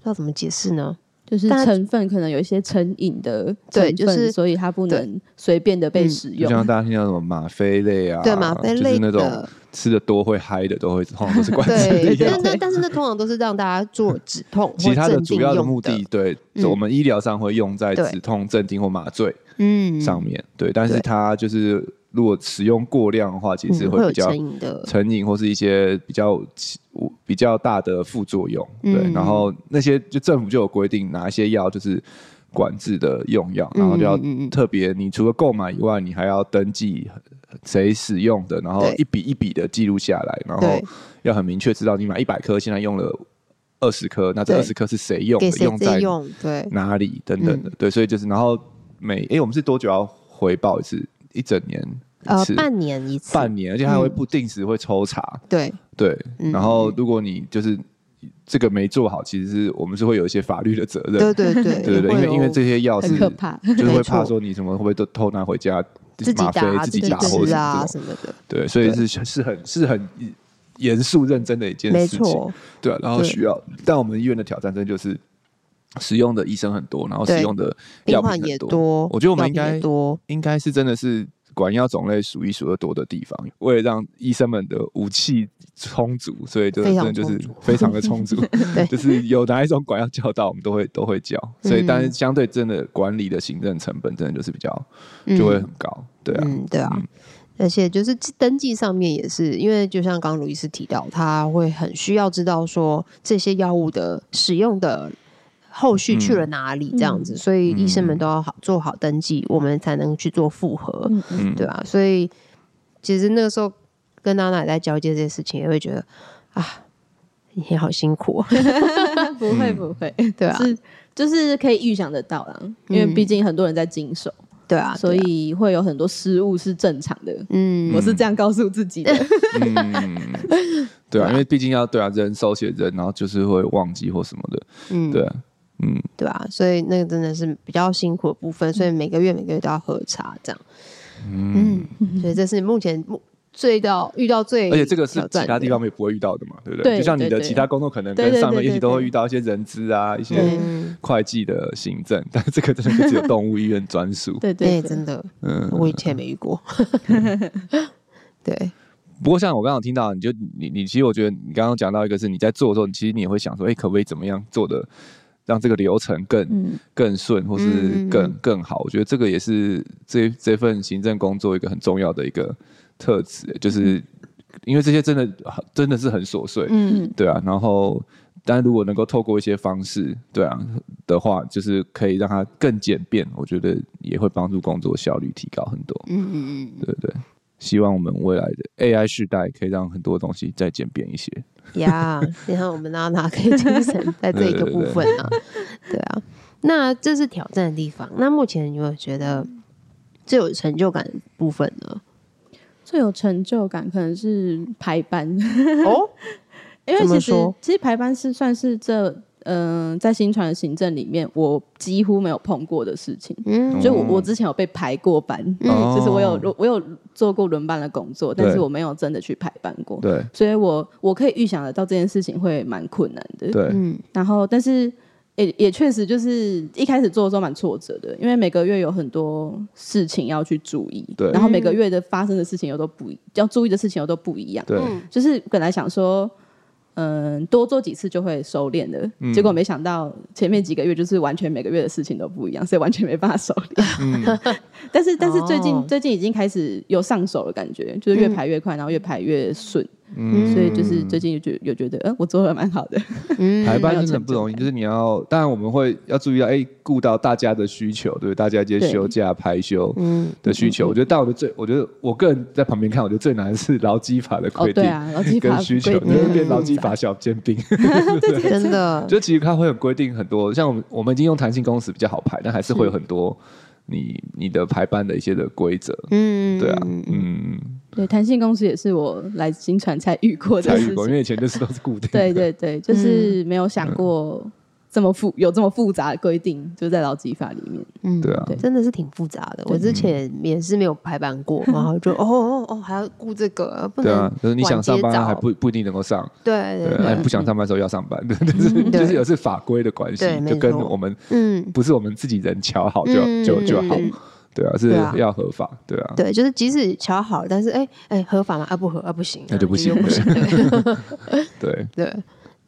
Speaker 2: 要怎么解释呢？
Speaker 3: 就是
Speaker 2: 但
Speaker 3: 成分可能有一些成瘾的
Speaker 2: 对
Speaker 3: 成分，
Speaker 2: 就是嗯
Speaker 3: 所以它不能随便的被使
Speaker 1: 就
Speaker 3: 用。
Speaker 1: 像大家听到什么吗啡类啊，
Speaker 2: 对吗啡
Speaker 1: 就
Speaker 2: 类
Speaker 1: 是那种
Speaker 2: 的
Speaker 1: 吃的多会嗨的，都会通常都是管制的
Speaker 2: 对，
Speaker 1: 药
Speaker 2: 但但但是那通常都是让大家做止痛或
Speaker 1: 其他的
Speaker 2: 镇
Speaker 1: 主
Speaker 2: 定
Speaker 1: 要的
Speaker 2: 用
Speaker 1: 目的，对，
Speaker 2: 嗯
Speaker 1: 我们医疗上会用在
Speaker 2: 对
Speaker 1: 止痛、镇定或麻醉
Speaker 2: 嗯，
Speaker 1: 上面，对。但是
Speaker 2: 对
Speaker 1: 它就是如果使用过量的话，其实
Speaker 2: 嗯会
Speaker 1: 会
Speaker 2: 有
Speaker 1: 比较
Speaker 2: 成瘾的，
Speaker 1: 成瘾或是一些比较比较大的副作用，对。
Speaker 2: 嗯
Speaker 1: 然后那些就政府就有规定，哪一些药就是管制的用药，然后就要
Speaker 2: 嗯嗯嗯
Speaker 1: 特别，你除了购买以外，你还要登记谁使用的，然后
Speaker 2: 对
Speaker 1: 一笔一笔的记录下来，然后
Speaker 2: 对
Speaker 1: 要很明确知道你买一百颗，现在用了二十颗，那这
Speaker 2: 对
Speaker 1: 二十颗是谁用
Speaker 2: 给
Speaker 1: 的，
Speaker 2: 谁
Speaker 1: 在嗯
Speaker 2: 在用？对，嗯
Speaker 1: 哪里等等的，对，所以就是然后每诶，我们是多久要回报一次？一整年一
Speaker 2: 呃
Speaker 1: 次，，
Speaker 2: 半年一次，
Speaker 1: 半年，而且它会不定时会抽查，
Speaker 2: 对，
Speaker 1: 对，
Speaker 2: 嗯
Speaker 1: 然后如果你就是这个没做好，其实是我们是会有一些法律的责任，
Speaker 2: 对对对，
Speaker 1: 对对对，因
Speaker 2: 会
Speaker 1: 为因为
Speaker 2: 有
Speaker 1: 这些药是
Speaker 3: 很可怕
Speaker 1: 就是会
Speaker 2: 没错
Speaker 1: 怕说你什么会不会都偷拿回家
Speaker 2: 自己
Speaker 1: 吗啡
Speaker 2: 打、
Speaker 1: 自己打
Speaker 2: 己
Speaker 1: 或者
Speaker 2: 吃
Speaker 1: 什么
Speaker 2: 啊
Speaker 1: 这种
Speaker 2: 什么的，
Speaker 1: 对，所以是是很是很严肃认真的一件
Speaker 2: 没
Speaker 1: 事情，
Speaker 2: 错，
Speaker 1: 对啊、然后
Speaker 2: 对
Speaker 1: 需要，但我们医院的挑战真的就是使用的医生很多，然后
Speaker 2: 对
Speaker 1: 使用的
Speaker 2: 病
Speaker 1: 药
Speaker 2: 患
Speaker 1: 品
Speaker 2: 也
Speaker 1: 很多，我觉得我们应
Speaker 2: 药品也
Speaker 1: 该
Speaker 2: 多，
Speaker 1: 应该是真的是管药种类数一数二多的地方。为了让医生们的武器充足，所以就
Speaker 2: 非
Speaker 1: 真
Speaker 2: 常
Speaker 1: 的就是
Speaker 2: 充足
Speaker 1: 非常的充足，
Speaker 2: 对
Speaker 1: 就是有哪一种管药叫到，我们都会都会叫。所以，
Speaker 2: 嗯
Speaker 1: 但是相对真的管理的行政成本，真的就是比较
Speaker 2: 嗯
Speaker 1: 就会很高，对啊。
Speaker 2: 嗯，对啊。
Speaker 1: 嗯
Speaker 2: 而且就是登记上面也是，因为就像刚刚卢医师提到，他会很需要知道说这些药物的使用的后续去
Speaker 1: 嗯
Speaker 2: 了哪里，这样子，所以医生们都要好做好登记，我们才能去做复核，
Speaker 3: 嗯嗯
Speaker 1: 嗯
Speaker 2: 对啊，所以其实那个时候跟娜娜也在交接这些事情，也会觉得啊，也好辛苦哦，
Speaker 3: 不会不会，
Speaker 2: 对啊， 嗯
Speaker 3: 是就是可以预想得到啦，因为毕竟很多人在经手，
Speaker 2: 对啊，
Speaker 3: 所
Speaker 2: 对啊
Speaker 3: 以会有很多失误是正常的。
Speaker 2: 嗯
Speaker 3: 我是这样告诉自己的，
Speaker 1: 嗯，对啊，因为毕竟要对啊，人手写人，然后就是会忘记或什么的，
Speaker 2: 嗯，
Speaker 1: 对啊，嗯，
Speaker 2: 对啊，所以那个真的是比较辛苦的部分，所以每个月每个月都要喝茶这样。嗯，所以这是目前目最到遇到最，
Speaker 1: 而且这个是
Speaker 2: 挑战
Speaker 1: 其
Speaker 2: 的
Speaker 1: 他地方也不会遇到的嘛，对不对？
Speaker 3: 对
Speaker 1: 就像你的
Speaker 3: 对对
Speaker 1: 其他工作，可能
Speaker 3: 对
Speaker 1: 跟
Speaker 3: 对
Speaker 1: 上面
Speaker 3: 对
Speaker 1: 一起都会
Speaker 3: 对
Speaker 1: 遇到一些人资啊，一些
Speaker 3: 对。
Speaker 2: 嗯，
Speaker 1: 会计的行政，但是这个真的就只有动物医院专属
Speaker 3: 对
Speaker 2: 对，
Speaker 3: 对对，
Speaker 2: 哎真的，
Speaker 1: 嗯，
Speaker 2: 我以前也没 遇过。 对，
Speaker 1: 不过像我刚刚有听到，你就你你其实我觉得你刚刚讲到一个是你在做的时候，你其实你也会想说，哎、可不可以怎么样做的让这个流程更、
Speaker 3: 嗯，
Speaker 1: 更顺，或
Speaker 2: 嗯嗯
Speaker 1: 是
Speaker 2: 嗯
Speaker 1: 更更好？我觉得这个也是这这份行政工作一个很重要的一个特质，欸就是
Speaker 3: 嗯
Speaker 1: 因为这些真的真的是很琐碎，
Speaker 2: 嗯
Speaker 1: 对啊，然后。但如果能够透过一些方式，对啊的话，就是可以让它更简便，我觉得也会帮助工作效率提高很多。
Speaker 2: 嗯嗯嗯
Speaker 1: 对对，希望我们未来的 AI 时代可以让很多东西再简便一些。
Speaker 2: 嗯，呀， 你看我们娜娜可以精神在这一个部分啊，对啊，那这是挑战的地方。那目前你有没有觉得最有成就感的部分呢？
Speaker 3: 最有成就感可能是排班，
Speaker 2: 哦，
Speaker 3: 因为
Speaker 2: 怎么
Speaker 3: 其实
Speaker 2: 说
Speaker 3: 其实排班是算是这嗯、在新传的行政里面，我几乎没有碰过的事情。
Speaker 2: 嗯
Speaker 3: 所以我，
Speaker 1: 哦
Speaker 3: 我之前有被排过班，
Speaker 1: 嗯
Speaker 3: 就是我有我我有做过轮班的工作，但是我没有真的去排班过，
Speaker 1: 对
Speaker 3: 所以我我可以预想得到这件事情会蛮困难的。
Speaker 1: 对，
Speaker 2: 嗯
Speaker 3: 然后，但是也也确实就是一开始做的时候蛮挫折的，因为每个月有很多事情要去注意，
Speaker 1: 对
Speaker 3: 然后每个
Speaker 2: 嗯
Speaker 3: 月的发生的事情又都不一，要注意的事情又都不一样，
Speaker 1: 对，
Speaker 2: 嗯
Speaker 3: 就是本来想说。嗯，多做几次就会收敛的，
Speaker 1: 嗯
Speaker 3: 结果没想到前面几个月就是完全每个月的事情都不一样，所以完全没办法收敛。
Speaker 1: 嗯
Speaker 3: 但是但是最近、
Speaker 2: 哦
Speaker 3: 最近已经开始有上手了，感觉就是越排越快，然后越排越顺，
Speaker 2: 嗯
Speaker 3: 所以就是最近就觉有觉得，嗯，我做的蛮 好的。
Speaker 2: 嗯
Speaker 1: 排班
Speaker 3: 蛮
Speaker 1: 真的
Speaker 3: 有
Speaker 1: 很
Speaker 3: 成
Speaker 1: 不
Speaker 3: 就
Speaker 1: 容易，就是你要，当然我们会要注意到，哎、顾到大家的需求，对不对，大家一些
Speaker 3: 对
Speaker 1: 休假、排休
Speaker 2: 嗯
Speaker 1: 的需求。我觉得，但我的最，我觉得我个人在旁边看，我觉得最难的是劳基法的
Speaker 3: 哦
Speaker 1: 规，定。
Speaker 3: 对啊，劳基法
Speaker 1: 跟需求，
Speaker 3: 规
Speaker 1: 你
Speaker 3: 定
Speaker 1: 会变
Speaker 3: 很
Speaker 1: 劳基
Speaker 3: 复杂
Speaker 1: 法小尖兵。
Speaker 2: 真的，
Speaker 1: 就其实它会有规定很多，像我们我们已经用弹性工时比较好排，但还是会有很多你你的排班的一些的规则。
Speaker 2: 嗯，
Speaker 1: 对啊，
Speaker 2: 嗯
Speaker 1: 嗯，
Speaker 3: 对，弹性公司也是我来新传才遇过的
Speaker 1: 才
Speaker 3: 事
Speaker 1: 遇过，因
Speaker 3: 情。
Speaker 1: 为以前就是都是固定的。
Speaker 3: 对对对，就是没有想过这么复有这么复杂的规定，就在劳基法里面。
Speaker 2: 嗯
Speaker 1: 对啊
Speaker 3: 对
Speaker 2: 真的是挺复杂的。我之前也是没有排版过，然后 就哦哦哦，还要顾这个，不
Speaker 1: 对
Speaker 2: 能
Speaker 1: 啊，就是你
Speaker 2: 晚
Speaker 1: 想上
Speaker 2: 接
Speaker 1: 班
Speaker 2: 早
Speaker 1: 还不不一定能够上，
Speaker 2: 对
Speaker 1: 对
Speaker 2: 对
Speaker 1: 啊，
Speaker 2: 对，
Speaker 1: 不想上班的时候要上班， 就是
Speaker 2: 对
Speaker 1: 就是有是法规的关系
Speaker 2: 对，没
Speaker 1: 就跟
Speaker 2: 错
Speaker 1: 我们
Speaker 2: 嗯，
Speaker 1: 不是我们自己人瞧好就
Speaker 2: 嗯
Speaker 1: 就就好
Speaker 2: 嗯，
Speaker 1: 对啊，是
Speaker 2: 对啊
Speaker 1: 要合法，对啊，
Speaker 2: 对，就是即使瞧好，但是哎哎，合法吗？啊，不合啊，不行，
Speaker 1: 那就不行
Speaker 2: 啊又不行， 对
Speaker 1: 对，
Speaker 2: 对，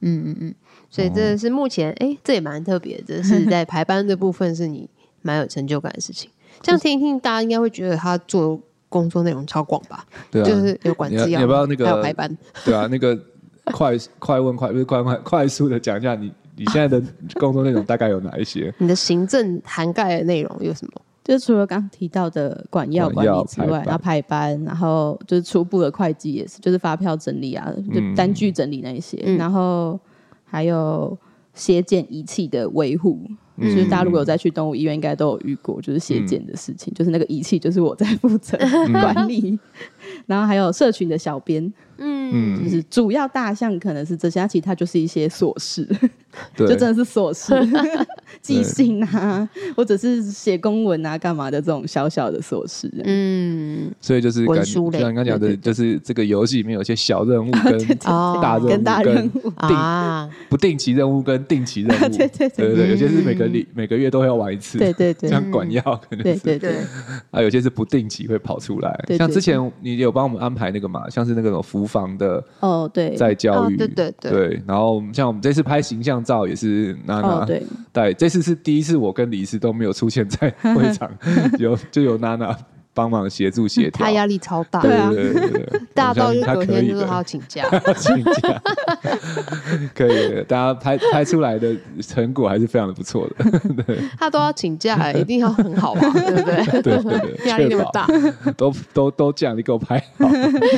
Speaker 2: 嗯嗯嗯，所以
Speaker 1: 哦
Speaker 2: 这是目前哎，这也蛮特别的，是在排班的部分是你蛮有成就感的事情。这样听一听，大家应该会觉得他做工作内容超广吧？
Speaker 1: 对啊，
Speaker 2: 就是有管
Speaker 1: 你要
Speaker 2: 制
Speaker 1: 你要不要那
Speaker 2: 还有
Speaker 1: 个
Speaker 2: 排班，
Speaker 1: 对啊，那个快快问快不是快快快速的讲一下你你现在的工作内容大概有哪一些？
Speaker 2: 你的行政涵盖的内容有什么？
Speaker 3: 就是除了刚刚提到的管药
Speaker 1: 管
Speaker 3: 管
Speaker 1: 药
Speaker 3: 理之
Speaker 1: 排
Speaker 3: 外
Speaker 1: 班，
Speaker 3: 然后排班，然后就是初步的会计也是，就是发票整理啊，就
Speaker 1: 嗯
Speaker 3: 单据整理那一些，
Speaker 2: 嗯
Speaker 3: 然后还有血检仪器的维护。就是大家如果有再去动物医院，应该都有遇过，就是血检的事情，就是那个仪器，就是我在负责管理。然后还有社群的小编，
Speaker 2: 嗯，
Speaker 3: 就是主要大项可能是这些，其他就是一些琐事，就
Speaker 1: 对
Speaker 3: 真的是 琐事， 寄信啊，或者是写公文啊，干嘛的这种小小的琐事。
Speaker 2: 嗯，
Speaker 1: 所以就是
Speaker 2: 文
Speaker 1: 感
Speaker 2: 书
Speaker 1: 就
Speaker 2: 类
Speaker 1: 像刚刚讲的，就是这个游戏里面有一些小任务
Speaker 3: 啊
Speaker 1: 跟
Speaker 2: 哦
Speaker 1: 大任务
Speaker 3: 跟大任务
Speaker 2: 啊，
Speaker 1: 不定期任务跟定期任务，
Speaker 3: 对对对
Speaker 1: 对有些是每个礼每个月都要玩一次，
Speaker 3: 对对对
Speaker 1: 像管药可能
Speaker 3: 对
Speaker 1: 是
Speaker 3: 对对，
Speaker 1: 啊，有些是不定期会跑出来，
Speaker 3: 对对
Speaker 1: 像之前你有帮我们安排那个嘛，像是那个什么服房的
Speaker 3: 哦对，
Speaker 1: 在教育，
Speaker 2: 哦对对对
Speaker 1: 然后像我们这次拍形象照也是娜娜，
Speaker 2: 啊
Speaker 3: 哦对，
Speaker 1: 对，这次是第一次我跟李医师都没有出现在会 场，有就有娜娜帮忙协助协调
Speaker 2: 他，压力超大，
Speaker 1: 对
Speaker 3: 啊
Speaker 1: 对对对 对，
Speaker 2: 大到就
Speaker 1: 他
Speaker 2: 隔
Speaker 1: 可
Speaker 2: 天
Speaker 1: 以
Speaker 2: 就是
Speaker 1: 的
Speaker 2: 他。要请假。
Speaker 1: 请假， 可以的，大家拍拍出来的成果还是非常的不错 的，
Speaker 2: 他都要请假、一定要很好玩，对不对？
Speaker 1: 对对 对，
Speaker 2: 压力那
Speaker 1: 确
Speaker 2: 么
Speaker 1: 保
Speaker 2: 大，
Speaker 1: 都都都这样，你给我拍好，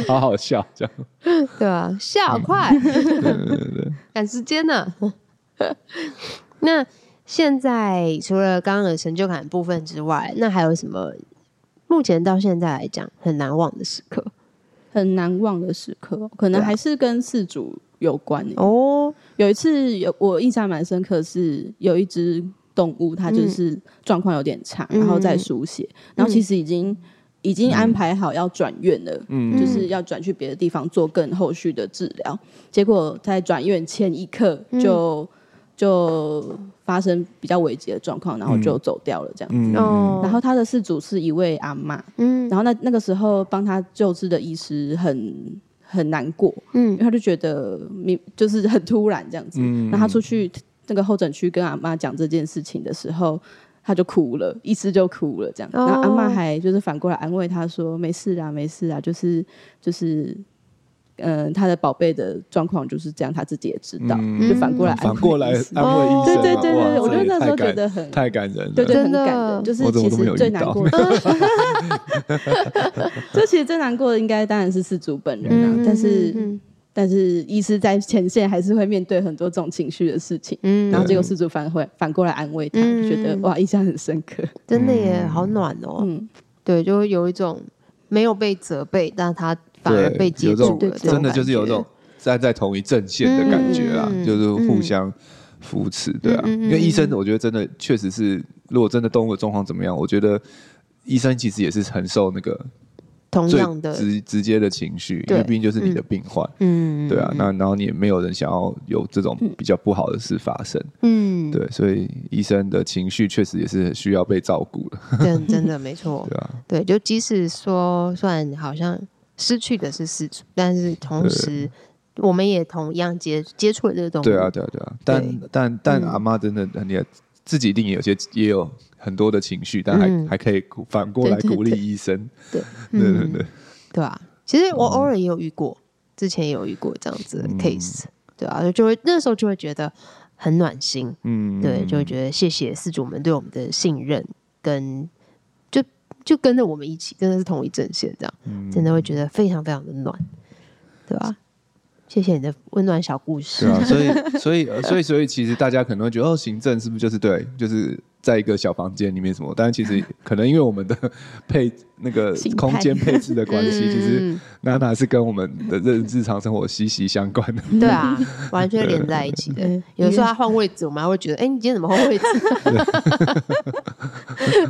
Speaker 1: 好 好笑这样，
Speaker 2: 对啊，下快，
Speaker 1: 对对对对，
Speaker 2: 赶时间呢。 那现在除了刚刚有成就感的部分之外，那还有什么？目前到现在来讲，很难忘的时刻
Speaker 3: 很难忘的时刻哦，可能
Speaker 2: 对啊
Speaker 3: 还是跟事主有关欸耶、
Speaker 2: 哦，
Speaker 3: 有一次有我印象蛮深刻是，有一只动物，它就是状况有点差，
Speaker 2: 嗯
Speaker 3: 然后在输血，然后其实已经已经安排好要转院了，
Speaker 1: 嗯
Speaker 3: 就是要转去别的地方做更后续的治疗。结果在转院前一刻就、就发生比较危急的状况，然后就走掉了这样。
Speaker 1: 嗯
Speaker 2: 哦
Speaker 3: 然后他的事主是一位阿嬷，
Speaker 2: 嗯
Speaker 3: 然后那那个时候帮他救治的医师很很难过，因
Speaker 2: 嗯
Speaker 3: 为他就觉得明就是很突然这样子。
Speaker 1: 嗯
Speaker 3: 然后他出去那个候诊区跟阿妈讲这件事情的时候，他就哭了，医师就哭了这样。
Speaker 2: 哦
Speaker 3: 然后阿妈还就是反过来安慰他说：“没事啊，没事啊，就是就是。”嗯，他的宝贝的状况就是这样，他自己也知道，
Speaker 1: 嗯
Speaker 3: 就反过来安慰
Speaker 1: 反过来
Speaker 3: 医师
Speaker 1: 安慰医生嘛，啊
Speaker 3: 哦对对对
Speaker 1: 哇
Speaker 3: 对对，我
Speaker 1: 这
Speaker 3: 就
Speaker 1: 也
Speaker 3: 那时
Speaker 1: 太
Speaker 3: 候
Speaker 1: 感
Speaker 3: 觉得很
Speaker 1: 太感人了，
Speaker 3: 对对，
Speaker 2: 真
Speaker 3: 很
Speaker 2: 的
Speaker 3: 感人。就是
Speaker 1: 我怎么
Speaker 3: 其
Speaker 1: 都没
Speaker 3: 实
Speaker 1: 有
Speaker 3: 最
Speaker 1: 遇
Speaker 3: 难
Speaker 1: 到
Speaker 3: 过的， 就其实最难过的应该当然是事主本人啊，
Speaker 2: 嗯，
Speaker 3: 但是
Speaker 2: 嗯
Speaker 3: 但是医师在前线还是会面对很多这种情绪的事情，
Speaker 2: 嗯
Speaker 3: 然后结果事主反回反过来安慰他，
Speaker 2: 嗯
Speaker 3: 就觉得哇印象很深刻，
Speaker 2: 真的也好暖哦。
Speaker 3: 嗯，
Speaker 2: 对，就会有一种没有被责备，但他反而
Speaker 1: 对
Speaker 2: 被接
Speaker 1: 有这
Speaker 2: 住
Speaker 1: 种
Speaker 2: 了，
Speaker 3: 对
Speaker 2: 这种
Speaker 1: 真的就是有
Speaker 2: 感
Speaker 1: 这
Speaker 2: 觉
Speaker 1: 种站在同一阵线的感觉啦，
Speaker 2: 嗯
Speaker 1: 就是互相扶持，对啊。
Speaker 2: 嗯嗯嗯
Speaker 1: 因为医生，我觉得真的确实是，如果真的动物的状况怎么样，我觉得医生其实也是很受那个
Speaker 2: 同
Speaker 1: 最
Speaker 2: 样的，
Speaker 1: 直直接的情绪，因
Speaker 2: 对
Speaker 1: 为毕竟就是你的病患，
Speaker 2: 嗯，
Speaker 1: 对啊。那然后你也没有人想要有这种比较不好的事发生，
Speaker 2: 嗯，
Speaker 1: 对，所以医生的情绪确实也是需要被照顾的，
Speaker 2: 真真的没错，
Speaker 1: 对啊。
Speaker 2: 对，就即使说算好像失去的是失主，但是同
Speaker 1: 对
Speaker 2: 时我们也同样接接触了这个东西。
Speaker 1: 对啊，，对啊，对啊。但但但
Speaker 2: 嗯
Speaker 1: 阿妈真的很厉害，自己一定也有些也有很多的情绪，但还、
Speaker 2: 嗯
Speaker 1: 还可以鼓反过来
Speaker 3: 对对
Speaker 1: 鼓励
Speaker 3: 对
Speaker 1: 医生。
Speaker 3: 对
Speaker 1: 对对对，
Speaker 2: 对啊。其实我
Speaker 1: 嗯
Speaker 2: 偶尔也有遇过，之前也有遇过这样子的 case，、对啊，就会那时候就会觉得很暖心，
Speaker 1: 嗯，
Speaker 2: 对，就会觉得谢谢饲主们对我们的信任跟就就跟着我们一起，真的是同一阵线，这样、
Speaker 1: 嗯
Speaker 2: 真的会觉得非常非常的暖，对吧、谢谢你的温暖小故事，
Speaker 1: 对啊，所以所以呃所以所以，其实大家可能会觉得哦，行政是不是就是对，就是在一个小房间里面什么？但其实可能因为我们的配那个
Speaker 3: 形态
Speaker 1: 空间配置的关系，其实
Speaker 2: 嗯
Speaker 1: 娜娜是跟我们的日日常生活息息相关 的。
Speaker 2: 对啊，完全连在一起的
Speaker 3: 嗯。
Speaker 2: 有时候他换位置，我们还会觉得，哎、你今天怎么换位置？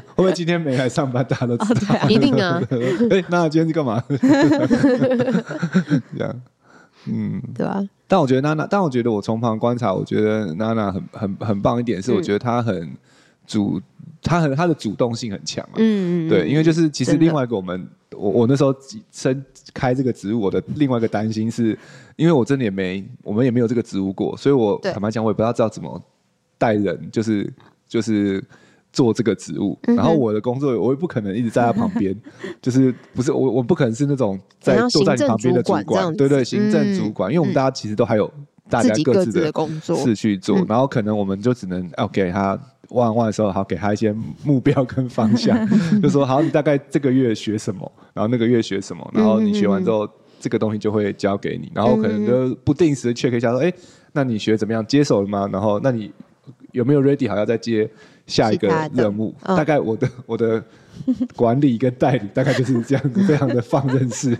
Speaker 1: 会不会今天没来上班，大家都知道？
Speaker 2: 一定啊，
Speaker 1: 哎，娜娜今天是干 嘛？ 这样，嗯。
Speaker 2: 对吧、
Speaker 1: 但我觉得娜娜，但我觉得我从旁观察，我觉得娜娜很很很棒一点是，
Speaker 2: 嗯
Speaker 1: 我觉得她很主，她很她的主动性很强、啊。
Speaker 2: 嗯，
Speaker 1: 对，因为就是其实
Speaker 2: 真的
Speaker 1: 另外一个我们，我我那时候升开这个职务，我的另外一个担心是，因为我真的也没我们也没有这个职务过，所以我
Speaker 2: 对
Speaker 1: 坦白讲，我也不知道怎么带人，就是就是。做这个职务，
Speaker 2: 嗯哼
Speaker 1: 然后我的工作我也不可能一直在他旁 边，就是不是我我不可能是那种在
Speaker 2: 好像
Speaker 1: 坐在你
Speaker 2: 行政
Speaker 1: 旁边的
Speaker 2: 主管这样子
Speaker 1: 对对，行政
Speaker 2: 嗯
Speaker 1: 主管，因为我们大家其实都还有大
Speaker 2: 自
Speaker 1: 家
Speaker 2: 己
Speaker 1: 各
Speaker 2: 各
Speaker 1: 自
Speaker 2: 自
Speaker 1: 的
Speaker 2: 的工作，
Speaker 1: 是去做
Speaker 2: 嗯，
Speaker 1: 然后可能我们就只能要给他万万的时候，好给他一些目标跟方向， 就说好，你大概这个月学什么，然后那个月学什
Speaker 2: 嗯
Speaker 1: 么，然后你学完之后，这个东西就会交给你，然后可能
Speaker 2: 嗯
Speaker 1: 就不定时 check 一下说，哎，那你学怎么样，接手了吗？然后那你有没有 ready 好要再接下一个
Speaker 2: 其他的
Speaker 1: 任务。
Speaker 2: 嗯
Speaker 1: 大概我的 我的管理跟代理大概就是这样子，非常的放任 式。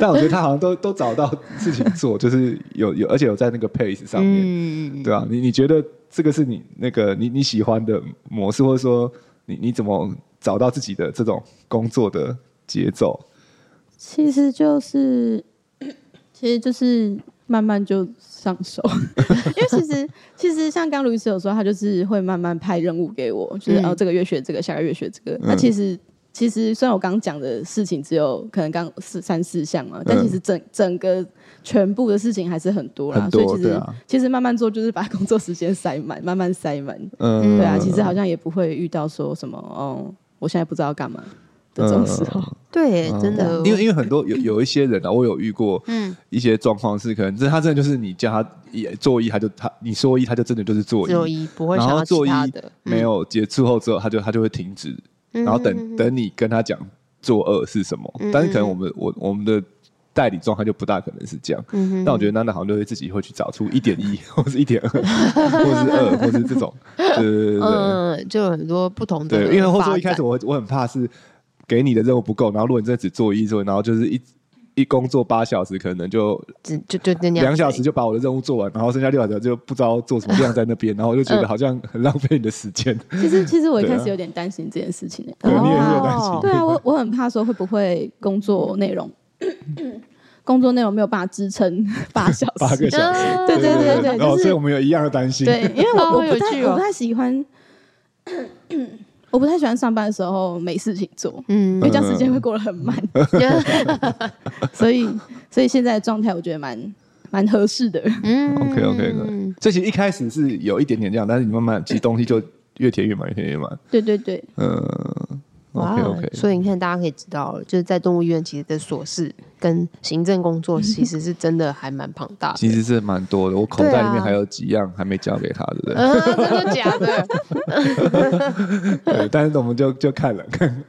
Speaker 1: 但我觉得他好像都都找到事情做，就是有有，而且有在那个 pace 上面，
Speaker 2: 嗯，
Speaker 1: 对啊，你你觉得这个是你那个你你喜欢的模式，或者说你你怎么找到自己的这种工作的节奏？
Speaker 3: 其实就是，其实就是慢慢就上手， 因为其实其实像刚卢医师有说，他就是会慢慢派任务给我，就是、
Speaker 2: 嗯
Speaker 3: 哦这个月学这个，下个月学这个。
Speaker 1: 嗯
Speaker 3: 那其实其实虽然我刚讲的事情只有可能刚四三四项嘛，但其实整、整个全部的事情还是很多啦，
Speaker 1: 嗯很多
Speaker 3: 所以其实、
Speaker 1: 对啊
Speaker 3: 其实慢慢做就是把工作时间塞满，慢慢塞满。
Speaker 1: 嗯，
Speaker 3: 对啊，其实好像也不会遇到说什么哦，我现在不知道干嘛的
Speaker 1: 嗯
Speaker 3: 这种时候。
Speaker 2: 对，真的，
Speaker 1: 因为因为很多有有一些人啊，我有遇过，
Speaker 2: 嗯
Speaker 1: 一些状况是可能这他真的就是你叫他也做一，他就他你说一，他就真的就是做一，
Speaker 2: 只有一不会
Speaker 1: 然
Speaker 2: 想
Speaker 1: 后
Speaker 2: 要
Speaker 1: 做
Speaker 2: 其
Speaker 1: 一
Speaker 2: 他的，嗯
Speaker 1: 没有结束后之后，他就他就会停止，然后等、等你跟他讲做二是什么，
Speaker 2: 嗯
Speaker 1: 但是可能我们我我们的。代理状态就不大可能是这样，
Speaker 2: 嗯
Speaker 1: 但我觉得娜娜好像就会自己会去找出一点一，或是一点二，或是二，或是这种，对对对对对，
Speaker 2: 嗯，就有很多不同的发
Speaker 1: 对，
Speaker 2: 展，
Speaker 1: 因为或者说一开始我我很怕是给你的任务不够，然后如果你真的只做一做，然后就是一一工作八小时，可能就
Speaker 2: 只就就那样
Speaker 1: 两小时就把我的任务做完，然后剩下六小时就不知道做什么，晾在那边，然后我就觉得好像很浪费你的时间。
Speaker 3: 其实其实我一
Speaker 1: 对啊
Speaker 3: 开始有点担心这件事情、欸，
Speaker 1: 对，你也是有担
Speaker 2: 哦
Speaker 1: 心。
Speaker 3: 对啊，我我很怕说会不会工作内 容，工作内容没有办法 支撑八小
Speaker 1: 八
Speaker 3: 时
Speaker 1: 个。小时，
Speaker 2: 啊
Speaker 3: 对对对对
Speaker 1: 哦，
Speaker 3: 就是
Speaker 1: 所以我们有一样的担心。
Speaker 3: 对，因为
Speaker 2: 哦
Speaker 3: 我我
Speaker 2: 有
Speaker 3: 不太
Speaker 2: 趣哦
Speaker 3: 我不太 喜欢，我不太喜欢上班的时候没事情做，因
Speaker 2: 嗯
Speaker 3: 为这样时间会过得很慢，
Speaker 1: 嗯
Speaker 3: 所以所以现在的状态我觉得蛮蛮合适的。
Speaker 2: 嗯
Speaker 1: OK OK OK，这其实一开始是有一点点这样，但是你慢慢其实东西就越填越满，越填越满。
Speaker 3: 对对对，
Speaker 1: 嗯
Speaker 2: 哇
Speaker 1: ，OK OK，
Speaker 2: 所以你看，大家可以知道了，就是在动物医院其实的琐事跟行政工作其实是真的还蛮庞大的。
Speaker 1: 其实是蛮多的，我口
Speaker 2: 对
Speaker 1: 袋
Speaker 2: 啊
Speaker 1: 里面还有几样还没交给他，对不对？
Speaker 2: 嗯，真的假的？
Speaker 1: 对，但是我们就就看了看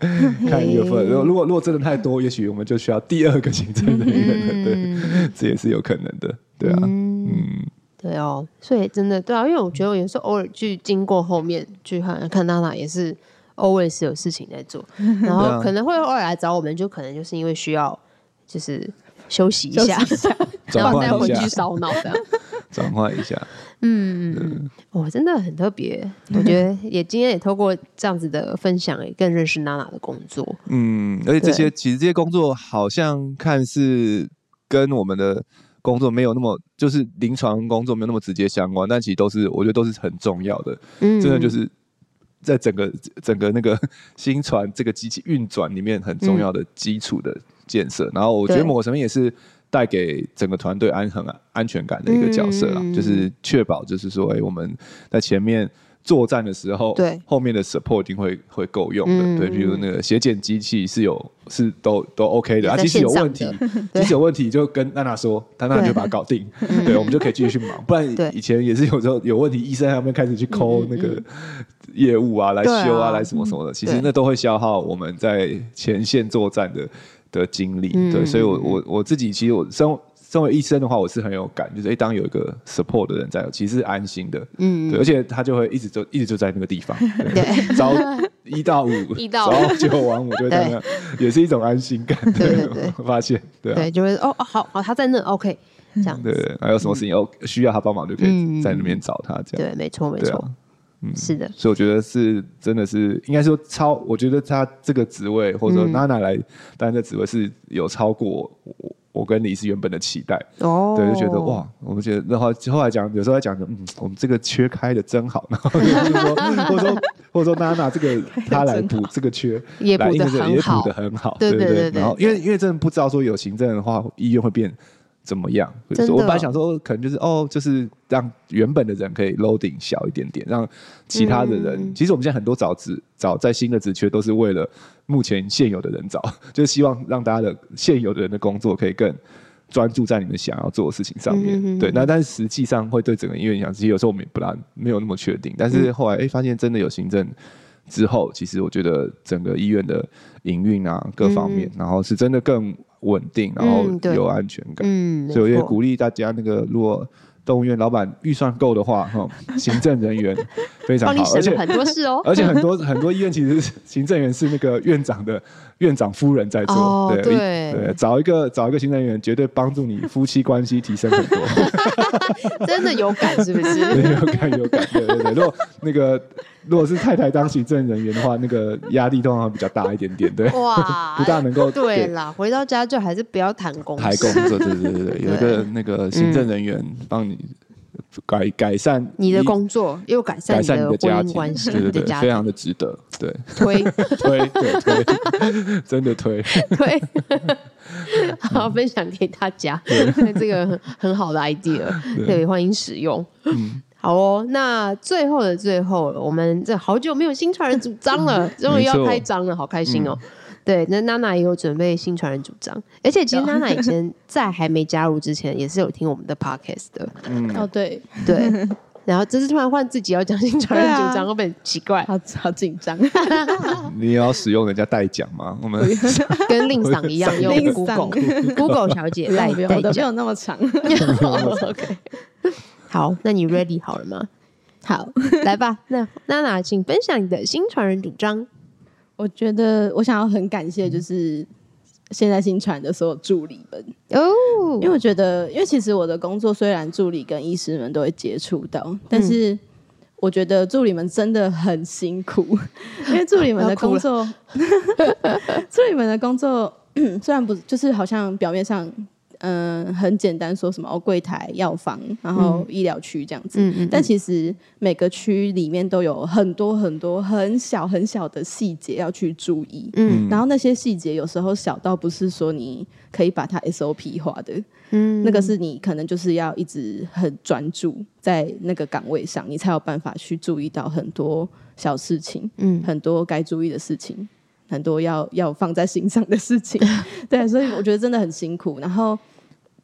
Speaker 1: 看月份，如果如果如果真的太多，也许我们就需要第二个行政人员了。对， 这也是有可能的，对啊，嗯，
Speaker 2: 对哦，所以真的对啊，因为我觉得我有时候偶尔去经过后面去看看娜娜也是 always 有事情在 做，然
Speaker 1: 对
Speaker 2: 后
Speaker 1: 啊
Speaker 2: 可能会偶尔来找我们，就可能就是因为需要就是休息一 下，然
Speaker 1: 转
Speaker 2: 后再
Speaker 1: 换
Speaker 2: 回
Speaker 1: 一
Speaker 2: 去
Speaker 1: 下，
Speaker 2: 烧脑这样。
Speaker 1: 转换一下，
Speaker 2: 嗯，嗯哇，真的很特别，我觉 得也今天也透过这样子的分享，也更认识娜娜的工作。
Speaker 1: 嗯，而且这
Speaker 2: 对
Speaker 1: 些其实这些工作好像看似跟我们的工作没有那么，就是临床工作没有那么直接相关，但其实都是我觉得都是很重要的，
Speaker 2: 嗯，
Speaker 1: 真的就是在整个整个那个 新船这个机器运转里面很重要的基础的建
Speaker 2: 嗯
Speaker 1: 设。然后我觉得
Speaker 2: 对
Speaker 1: 某个层面也是带给整个团队安衡啊安全感的一个角色啦，
Speaker 2: 嗯
Speaker 1: 就是确保就是说，哎、我们在前面。作战的时候，
Speaker 2: 对
Speaker 1: 后面的 support 一定会会够用的，
Speaker 2: 嗯
Speaker 1: 对，比如那个斜剪机器是有是都都 OK 的，
Speaker 2: 也
Speaker 1: 啊，
Speaker 2: 在
Speaker 1: 即使有
Speaker 2: 线上
Speaker 1: 问题
Speaker 2: 的，
Speaker 1: 即使有问题就跟娜娜说， 她娜娜就把它搞定，对，我们就可以继续去忙。不然
Speaker 2: 对嗯
Speaker 1: 以前也是有时候有问题，医生他们开始去抠那个业务啊，来
Speaker 2: 对啊
Speaker 1: 修啊，来什么什么的，其实
Speaker 2: 对
Speaker 1: 那都会消耗我们在前线作战的的精力。
Speaker 2: 嗯
Speaker 1: 对，所以我我我自己其实我身身为医生的话，我是很有感，就是哎，诶当有一个 support 的人在，其实是安心的。嗯，对，而且他就会一直就一直就在那个地 方，对， 早一到五，
Speaker 2: 一到五
Speaker 1: 早九晚五，就会在那，也是一种安心感。
Speaker 2: 对对对
Speaker 1: 我发现对啊。
Speaker 2: 对，就会哦哦，好好，他在那，OK，这 样
Speaker 1: 对
Speaker 2: 子，
Speaker 1: 对，还有什么事
Speaker 2: 嗯
Speaker 1: 情要需要他帮忙，就可以在那边找他这样。
Speaker 2: 对，没错没
Speaker 1: 对啊
Speaker 2: 错，是的，
Speaker 1: 所以我觉得是真的是应该说超，我觉得他这个职位或者说娜娜来担任这职位是有超过我我我跟李是原本的期待，
Speaker 2: 哦，
Speaker 1: 对，就觉得哇，我们觉得然后后来讲有时候在讲嗯，我们这个缺开的真好，然后 就是说或者说或者说娜娜这个她来 补这个缺，
Speaker 2: 也补
Speaker 1: 来应
Speaker 2: 得
Speaker 1: 该是
Speaker 2: 很
Speaker 1: 也
Speaker 2: 好
Speaker 1: 补的很好，
Speaker 2: 对
Speaker 1: 对
Speaker 2: 对对对
Speaker 1: 然后因为因为真的不知道说有行政的话，医院会变怎么样？所
Speaker 2: 真
Speaker 1: 以
Speaker 2: 的
Speaker 1: 我本来想说，可能就是哦，就是让原本的人可以 loading 小一点点，让其他的人。
Speaker 2: 嗯
Speaker 1: 其实我们现在很多找职找在新的职缺，都是为了目前现有的人找， 就是希望让大家的现有的人的工作可以更。专注在你们想要做的事情上面，
Speaker 2: 嗯哼哼
Speaker 1: 对，那但是实际上会对整个医院影响，其实有时候我们也不大没有那么确定。但是
Speaker 2: 嗯
Speaker 1: 后来哎、诶发现真的有行政之后，其实我觉得整个医院的营运啊各方面，然后是真的更稳定，然后
Speaker 2: 嗯嗯对
Speaker 1: 有安全感。
Speaker 2: 嗯，
Speaker 1: 所以我
Speaker 2: 没
Speaker 1: 也
Speaker 2: 错
Speaker 1: 鼓励大家，那个如果动物园老板预算够的话，哈、行政人员非常
Speaker 2: 帮你
Speaker 1: 好，而
Speaker 2: 省
Speaker 1: 且
Speaker 2: 了很多事哦。
Speaker 1: 而且很多很多医院其实是行政员是那个院长的院长夫人在做，
Speaker 2: 哦
Speaker 1: 对
Speaker 2: 对
Speaker 1: 对，找一个找一个行政员绝对帮助你夫妻关系提升很多，
Speaker 2: 真的有感是不是？
Speaker 1: 对有感有感，对对对。如果那个如果是太太当行政人员的话，那个压力通常比较大一点点，对，
Speaker 2: 哇哎
Speaker 1: 不大能够给
Speaker 2: 对啦，回到家就还是不要谈公
Speaker 1: 排
Speaker 2: 事
Speaker 1: 工。作，对对对对，有一个那个行政人员帮你改改善
Speaker 2: 你的工作又改善
Speaker 1: 改
Speaker 2: 你
Speaker 1: 善你
Speaker 2: 的
Speaker 1: 的
Speaker 2: 婚
Speaker 1: 家
Speaker 2: 姻
Speaker 1: 庭，
Speaker 2: 关 系，
Speaker 1: 对对
Speaker 2: 你的
Speaker 1: 对，
Speaker 2: 家
Speaker 1: 非
Speaker 2: 庭
Speaker 1: 常的值得，对
Speaker 2: 推
Speaker 1: 推对推，真的推。
Speaker 2: 推， 好分享给大家， 这个很很好的 idea，对，欢迎使用。
Speaker 1: 嗯
Speaker 2: 好哦，那最后的最后，我们这好久没有新传人主张了， 终于
Speaker 1: 嗯没
Speaker 2: 要
Speaker 1: 错嗯
Speaker 2: 开张了，好开心哦！ 对，那娜娜也有准备新传人主张，而且其实
Speaker 3: 有
Speaker 2: 娜娜以前在还没加入之前，也是有听我们的 podcast 的，
Speaker 3: 哦， 对，
Speaker 2: 对。 然后这次突然换自己要讲新传人主
Speaker 3: 对
Speaker 2: 张，
Speaker 3: 啊
Speaker 2: 会不会很奇 怪？
Speaker 3: 好好紧张，
Speaker 1: 你也要使用人家代讲吗？我们
Speaker 2: 跟令赏一样，用
Speaker 3: 令赏
Speaker 2: Google Google 小姐代
Speaker 3: 不用
Speaker 2: 代
Speaker 3: 的没
Speaker 2: 讲。
Speaker 3: 有那么长。OK，
Speaker 2: 好，那你 ready 好了吗？
Speaker 3: 好，
Speaker 2: 来吧，那娜娜，请分享你的新传人主张。
Speaker 3: 我觉得我想要很感谢就是现在新传的所有助理们，
Speaker 2: 哦
Speaker 3: 因为我觉得，因为其实我的工作虽然助理跟医师们都会接触到，但
Speaker 2: 嗯
Speaker 3: 是我觉得助理们真的很辛 苦，因为助理们的工
Speaker 2: 啊
Speaker 3: 作， 助理们的工作 虽然不就是好像表面上。嗯，很简单，说什么哦，柜台、药房，然后医疗区这样子。
Speaker 2: 嗯嗯嗯
Speaker 3: 但其实每个区里面都有很多很多很小很小的细节要去注意。
Speaker 2: 嗯
Speaker 3: 然后那些细节有时候小到不是说你可以把它 SOP 化的，
Speaker 2: 嗯
Speaker 3: 那个是你可能就是要一直很专注在那个岗位上，你才有办法去注意到很多小事情，
Speaker 2: 嗯
Speaker 3: 很多该注意的事情，很多要要放在心上的 事情。对，所以我觉得真的很辛苦。然后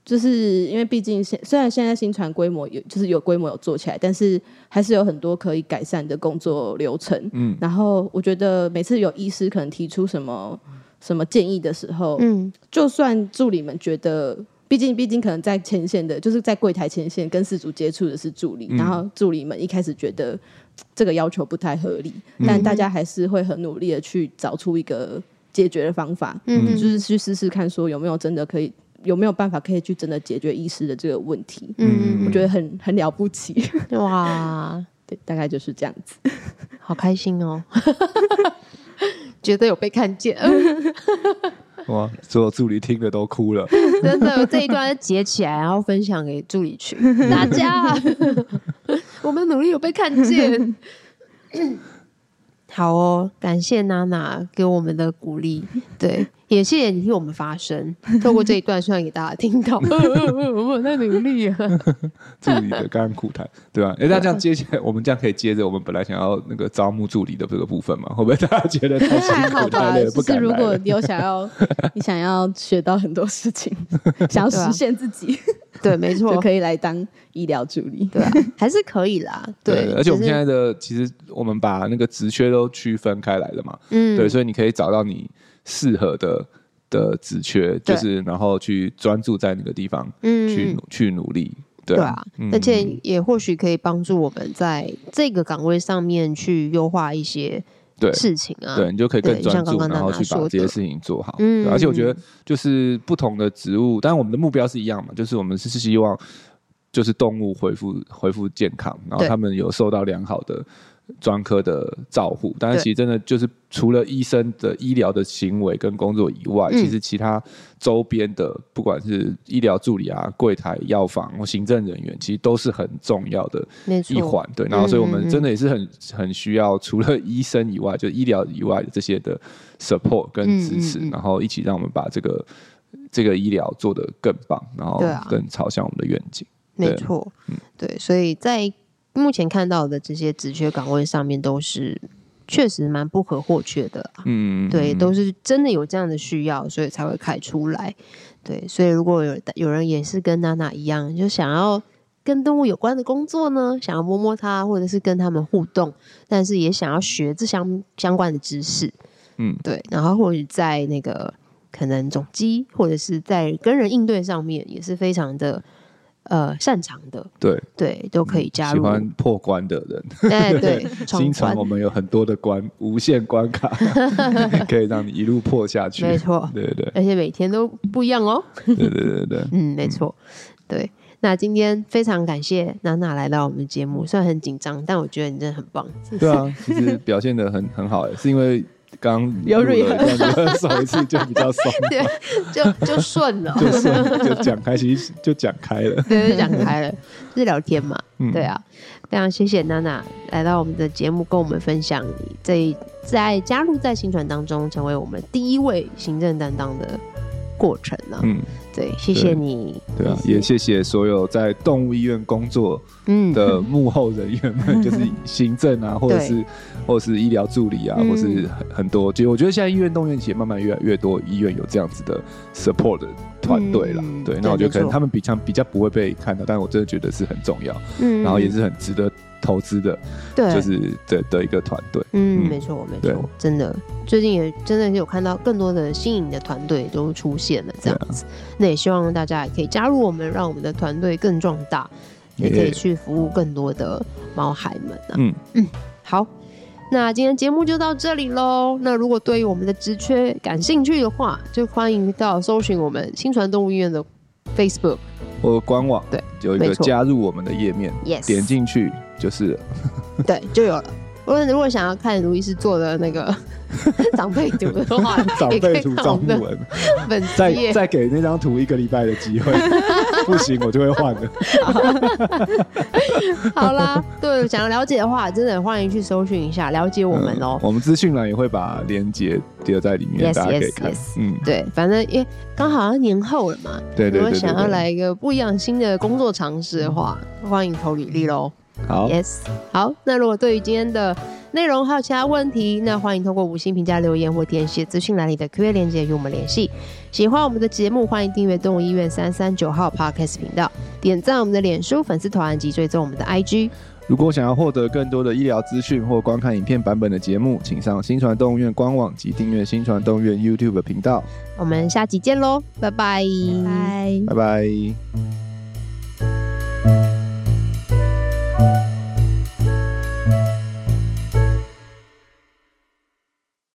Speaker 3: 就是因为毕竟现虽然现在新传规模有就是有规模有做起来，但是还是有很多可以改善的工作流程。
Speaker 1: 嗯
Speaker 3: 然后我觉得每次有医师可能提出什么什么建议的时候，
Speaker 2: 嗯
Speaker 3: 就算助理们觉得，毕竟毕竟可能在前线的，就是在柜台前线跟事主接触的是助
Speaker 1: 嗯
Speaker 3: 理，然后助理们一开始觉得嘖这个要求不太合理，
Speaker 1: 嗯
Speaker 3: 但大家还是会很努力的去找出一个解决的方法，
Speaker 2: 嗯
Speaker 3: 就是去试试看说有没有真的可以。有没有办法可以去真的解决医师的这个问题？
Speaker 2: 嗯
Speaker 3: 我觉得很很了不起，
Speaker 2: 嗯，哇，
Speaker 3: 对，大概就是这样子。
Speaker 2: 好开心 哦，觉得有被看见，嗯
Speaker 1: 哇，所有助理听了都哭了。
Speaker 2: 真的这一段要截起来，然后分享给助理 群大家，我们努力有被看 见。好哦，感谢娜娜给我们的鼓励，对，也谢谢你替我们发声。透过这一段，虽然给大家听到，呃呃呃我们在努力啊。
Speaker 1: 助理的甘苦谈，对吧、啊？哎、那这样接下来，我们这样可以接着我们本来想要那个招募助理的这个部分嘛？会不会大家觉得太
Speaker 3: 还
Speaker 1: 辛
Speaker 3: 好
Speaker 1: 苦、
Speaker 3: 吧
Speaker 1: 太累，了，
Speaker 3: 就
Speaker 1: 不
Speaker 3: 是
Speaker 1: 敢
Speaker 3: 如
Speaker 1: 来
Speaker 3: 果
Speaker 1: 了？
Speaker 3: 你有 想要，你想要学到很多事情，想要
Speaker 2: 对啊
Speaker 3: 实现自己，
Speaker 2: 对，没错
Speaker 3: 就，可以来当医疗助理。
Speaker 2: 对、啊，还是可以啦。对，
Speaker 1: 而且我们
Speaker 2: 只是
Speaker 1: 现在的其实我们把那个职缺都区分开来了嘛，
Speaker 2: 嗯，
Speaker 1: 对，所以你可以找到你适合的的职缺，
Speaker 2: 对
Speaker 1: 就是然后去专注在那个地方
Speaker 2: 嗯
Speaker 1: 去
Speaker 2: 嗯
Speaker 1: 努去努力，对嗯
Speaker 2: 对啊，而且也或许可以帮助我们在这个岗位上面去优化一些
Speaker 1: 对
Speaker 2: 事情啊。
Speaker 1: 对，你就可以
Speaker 2: 对
Speaker 1: 更专
Speaker 2: 像刚
Speaker 1: 注，
Speaker 2: 刚
Speaker 1: 然后
Speaker 2: 娜娜
Speaker 1: 去把
Speaker 2: 说
Speaker 1: 这些
Speaker 2: 的
Speaker 1: 事情做好。
Speaker 2: 嗯
Speaker 1: 对而且我觉
Speaker 2: 嗯
Speaker 1: 得就是不同的植物，但我们的目标是一样嘛，就是我们是希望就是动物恢复恢复健康，然后
Speaker 2: 对
Speaker 1: 他们有受到良好的专科的照护。但是
Speaker 2: 对
Speaker 1: 其实真的就是除了医生的医疗的行为跟工作以外，
Speaker 2: 嗯
Speaker 1: 其实其他周边的不管是医疗助理啊、柜台、药房或行政人员，其实都是很重要的
Speaker 2: 没
Speaker 1: 一
Speaker 2: 错，
Speaker 1: 环，对，然后所以我
Speaker 2: 嗯嗯
Speaker 1: 们
Speaker 2: 嗯
Speaker 1: 真的也是很很需要除了医生以外，就医疗以外的这些的 support 跟支持，
Speaker 2: 嗯嗯嗯
Speaker 1: 然后一起让我们把这个这个医疗做得更棒，然后
Speaker 2: 对啊
Speaker 1: 更朝向我们的愿景。
Speaker 2: 没
Speaker 1: 对
Speaker 2: 错，对，所以在目前看到的这些职缺岗位上面，都是确实蛮不可或缺的啦。
Speaker 1: 嗯，
Speaker 2: 对，
Speaker 1: 嗯
Speaker 2: 都是真的有这样的需要，所以才会开出来。对，所以如果有有人也是跟娜娜一样，就想要跟动物有关的工作呢，想要摸摸它，或者是跟它们互动，但是也想要学这相相关的知识，
Speaker 1: 嗯，
Speaker 2: 对，然后或者在那个可能总机或者是在跟人应对上面也是非常的呃擅长的，
Speaker 1: 对，
Speaker 2: 对，都可以加
Speaker 1: 嗯喜
Speaker 2: 入。
Speaker 1: 欢哦破关的人，
Speaker 2: 哎，对，
Speaker 1: 经
Speaker 2: 闯
Speaker 1: 常
Speaker 2: 关
Speaker 1: 我，们有很多的关，无限关 卡，可以让你一路破下去。
Speaker 2: 没错
Speaker 1: 对对对
Speaker 2: 而且每天都不一样哦。
Speaker 1: 对对对对，
Speaker 2: 嗯，没错，对。那今天非常感谢娜娜来到我们节
Speaker 1: 嗯
Speaker 2: 目，虽然很紧张，但我觉得你真的很棒。
Speaker 1: 对啊，其实表现的很很好，欸是因为刚
Speaker 3: 有
Speaker 1: 录了一
Speaker 3: rehearsal
Speaker 1: 段 rehearsal 一次就比较松，
Speaker 2: 对，就就顺了，
Speaker 1: 就算就讲开，其实就讲开了。
Speaker 2: 对，就讲开了，就是聊天嘛。
Speaker 1: 嗯
Speaker 2: 对啊，非常谢谢娜娜来到我们的节目，跟我们分享你在在加入在新传当中成为我们第一位行政担当的过程呢、啊。
Speaker 1: 嗯，
Speaker 2: 对，谢
Speaker 1: 对
Speaker 2: 谢你。
Speaker 1: 对啊，也谢谢所有在动物医院工作
Speaker 2: 嗯，
Speaker 1: 的幕后人员们，就是行政啊，或者是或者是医疗助理啊，
Speaker 2: 嗯
Speaker 1: 或是很很多。其实我觉得现在医院动员也慢慢越来越多医院有这样子的 support 的团队啦。
Speaker 2: 嗯
Speaker 1: 对，
Speaker 2: 对
Speaker 1: 那我觉得可
Speaker 2: 没
Speaker 1: 能
Speaker 2: 错
Speaker 1: 他们比较比较不会被看到，但我真的觉得是很重要，
Speaker 2: 嗯
Speaker 1: 然后也是很值得投资的，
Speaker 2: 对，
Speaker 1: 就是的的一个团队。
Speaker 2: 嗯，
Speaker 1: 嗯
Speaker 2: 没错，没
Speaker 1: 对
Speaker 2: 错，真的，最近也真的有看到更多的新颖的团队都出现了这样
Speaker 1: 啊
Speaker 2: 子。那也希望大家也可以加入我们，让我们的团队更壮大，也可以
Speaker 1: Yeah
Speaker 2: 去服务更多的毛孩们啊。
Speaker 1: 嗯
Speaker 2: 好。那今天节目就到这里喽。那如果对于我们的职缺感兴趣的话，就欢迎到搜寻我们新传动物医院的 Facebook。
Speaker 1: 我官网
Speaker 2: 对
Speaker 1: 有一个
Speaker 2: 没错
Speaker 1: 加入我们的页面，
Speaker 2: Yes，
Speaker 1: 点进去就是，
Speaker 2: 对，就有了。如果如果想要看卢医师做的那个 长辈图的话
Speaker 1: 长
Speaker 2: 也可以
Speaker 1: 辈图
Speaker 2: 看我
Speaker 1: 招
Speaker 2: 们的
Speaker 1: 募文。
Speaker 2: 本
Speaker 1: 再
Speaker 2: 职业。
Speaker 1: 再给那张图一个礼拜的机 会，不行我就会换的。
Speaker 2: 好啦，对，想要了解的话，真的欢迎去搜寻一下，了解我们哦。
Speaker 1: 嗯我们资讯栏也会把链接贴在里面
Speaker 2: Yes,
Speaker 1: 大家可以看。
Speaker 2: yes,
Speaker 1: 嗯，
Speaker 2: 对，反正因为刚好要年后了嘛，
Speaker 1: 对对
Speaker 2: 如
Speaker 1: 对
Speaker 2: 果
Speaker 1: 对
Speaker 2: 想要
Speaker 1: 对
Speaker 2: 来一个不一样新的工作尝试的话，欢迎投履历喽。
Speaker 1: 好
Speaker 2: Yes，好，那如果对于今天的内容还有其他问题，那欢迎通过五星评价留言或填写资讯栏里的 Q&A 链接与我们联系。喜欢我们的节目，欢迎订阅动物医院三三九号 Podcast 频道，点赞我们的脸书粉丝团及追踪我们的 IG。
Speaker 1: 如果想要获得更多的医疗资讯或观看影片版本的节目，请上新传动物院官网及订阅新传动物院 YouTube 频道。
Speaker 3: 嗯
Speaker 2: 我们下集见喽，拜拜
Speaker 3: 拜。
Speaker 1: 拜拜。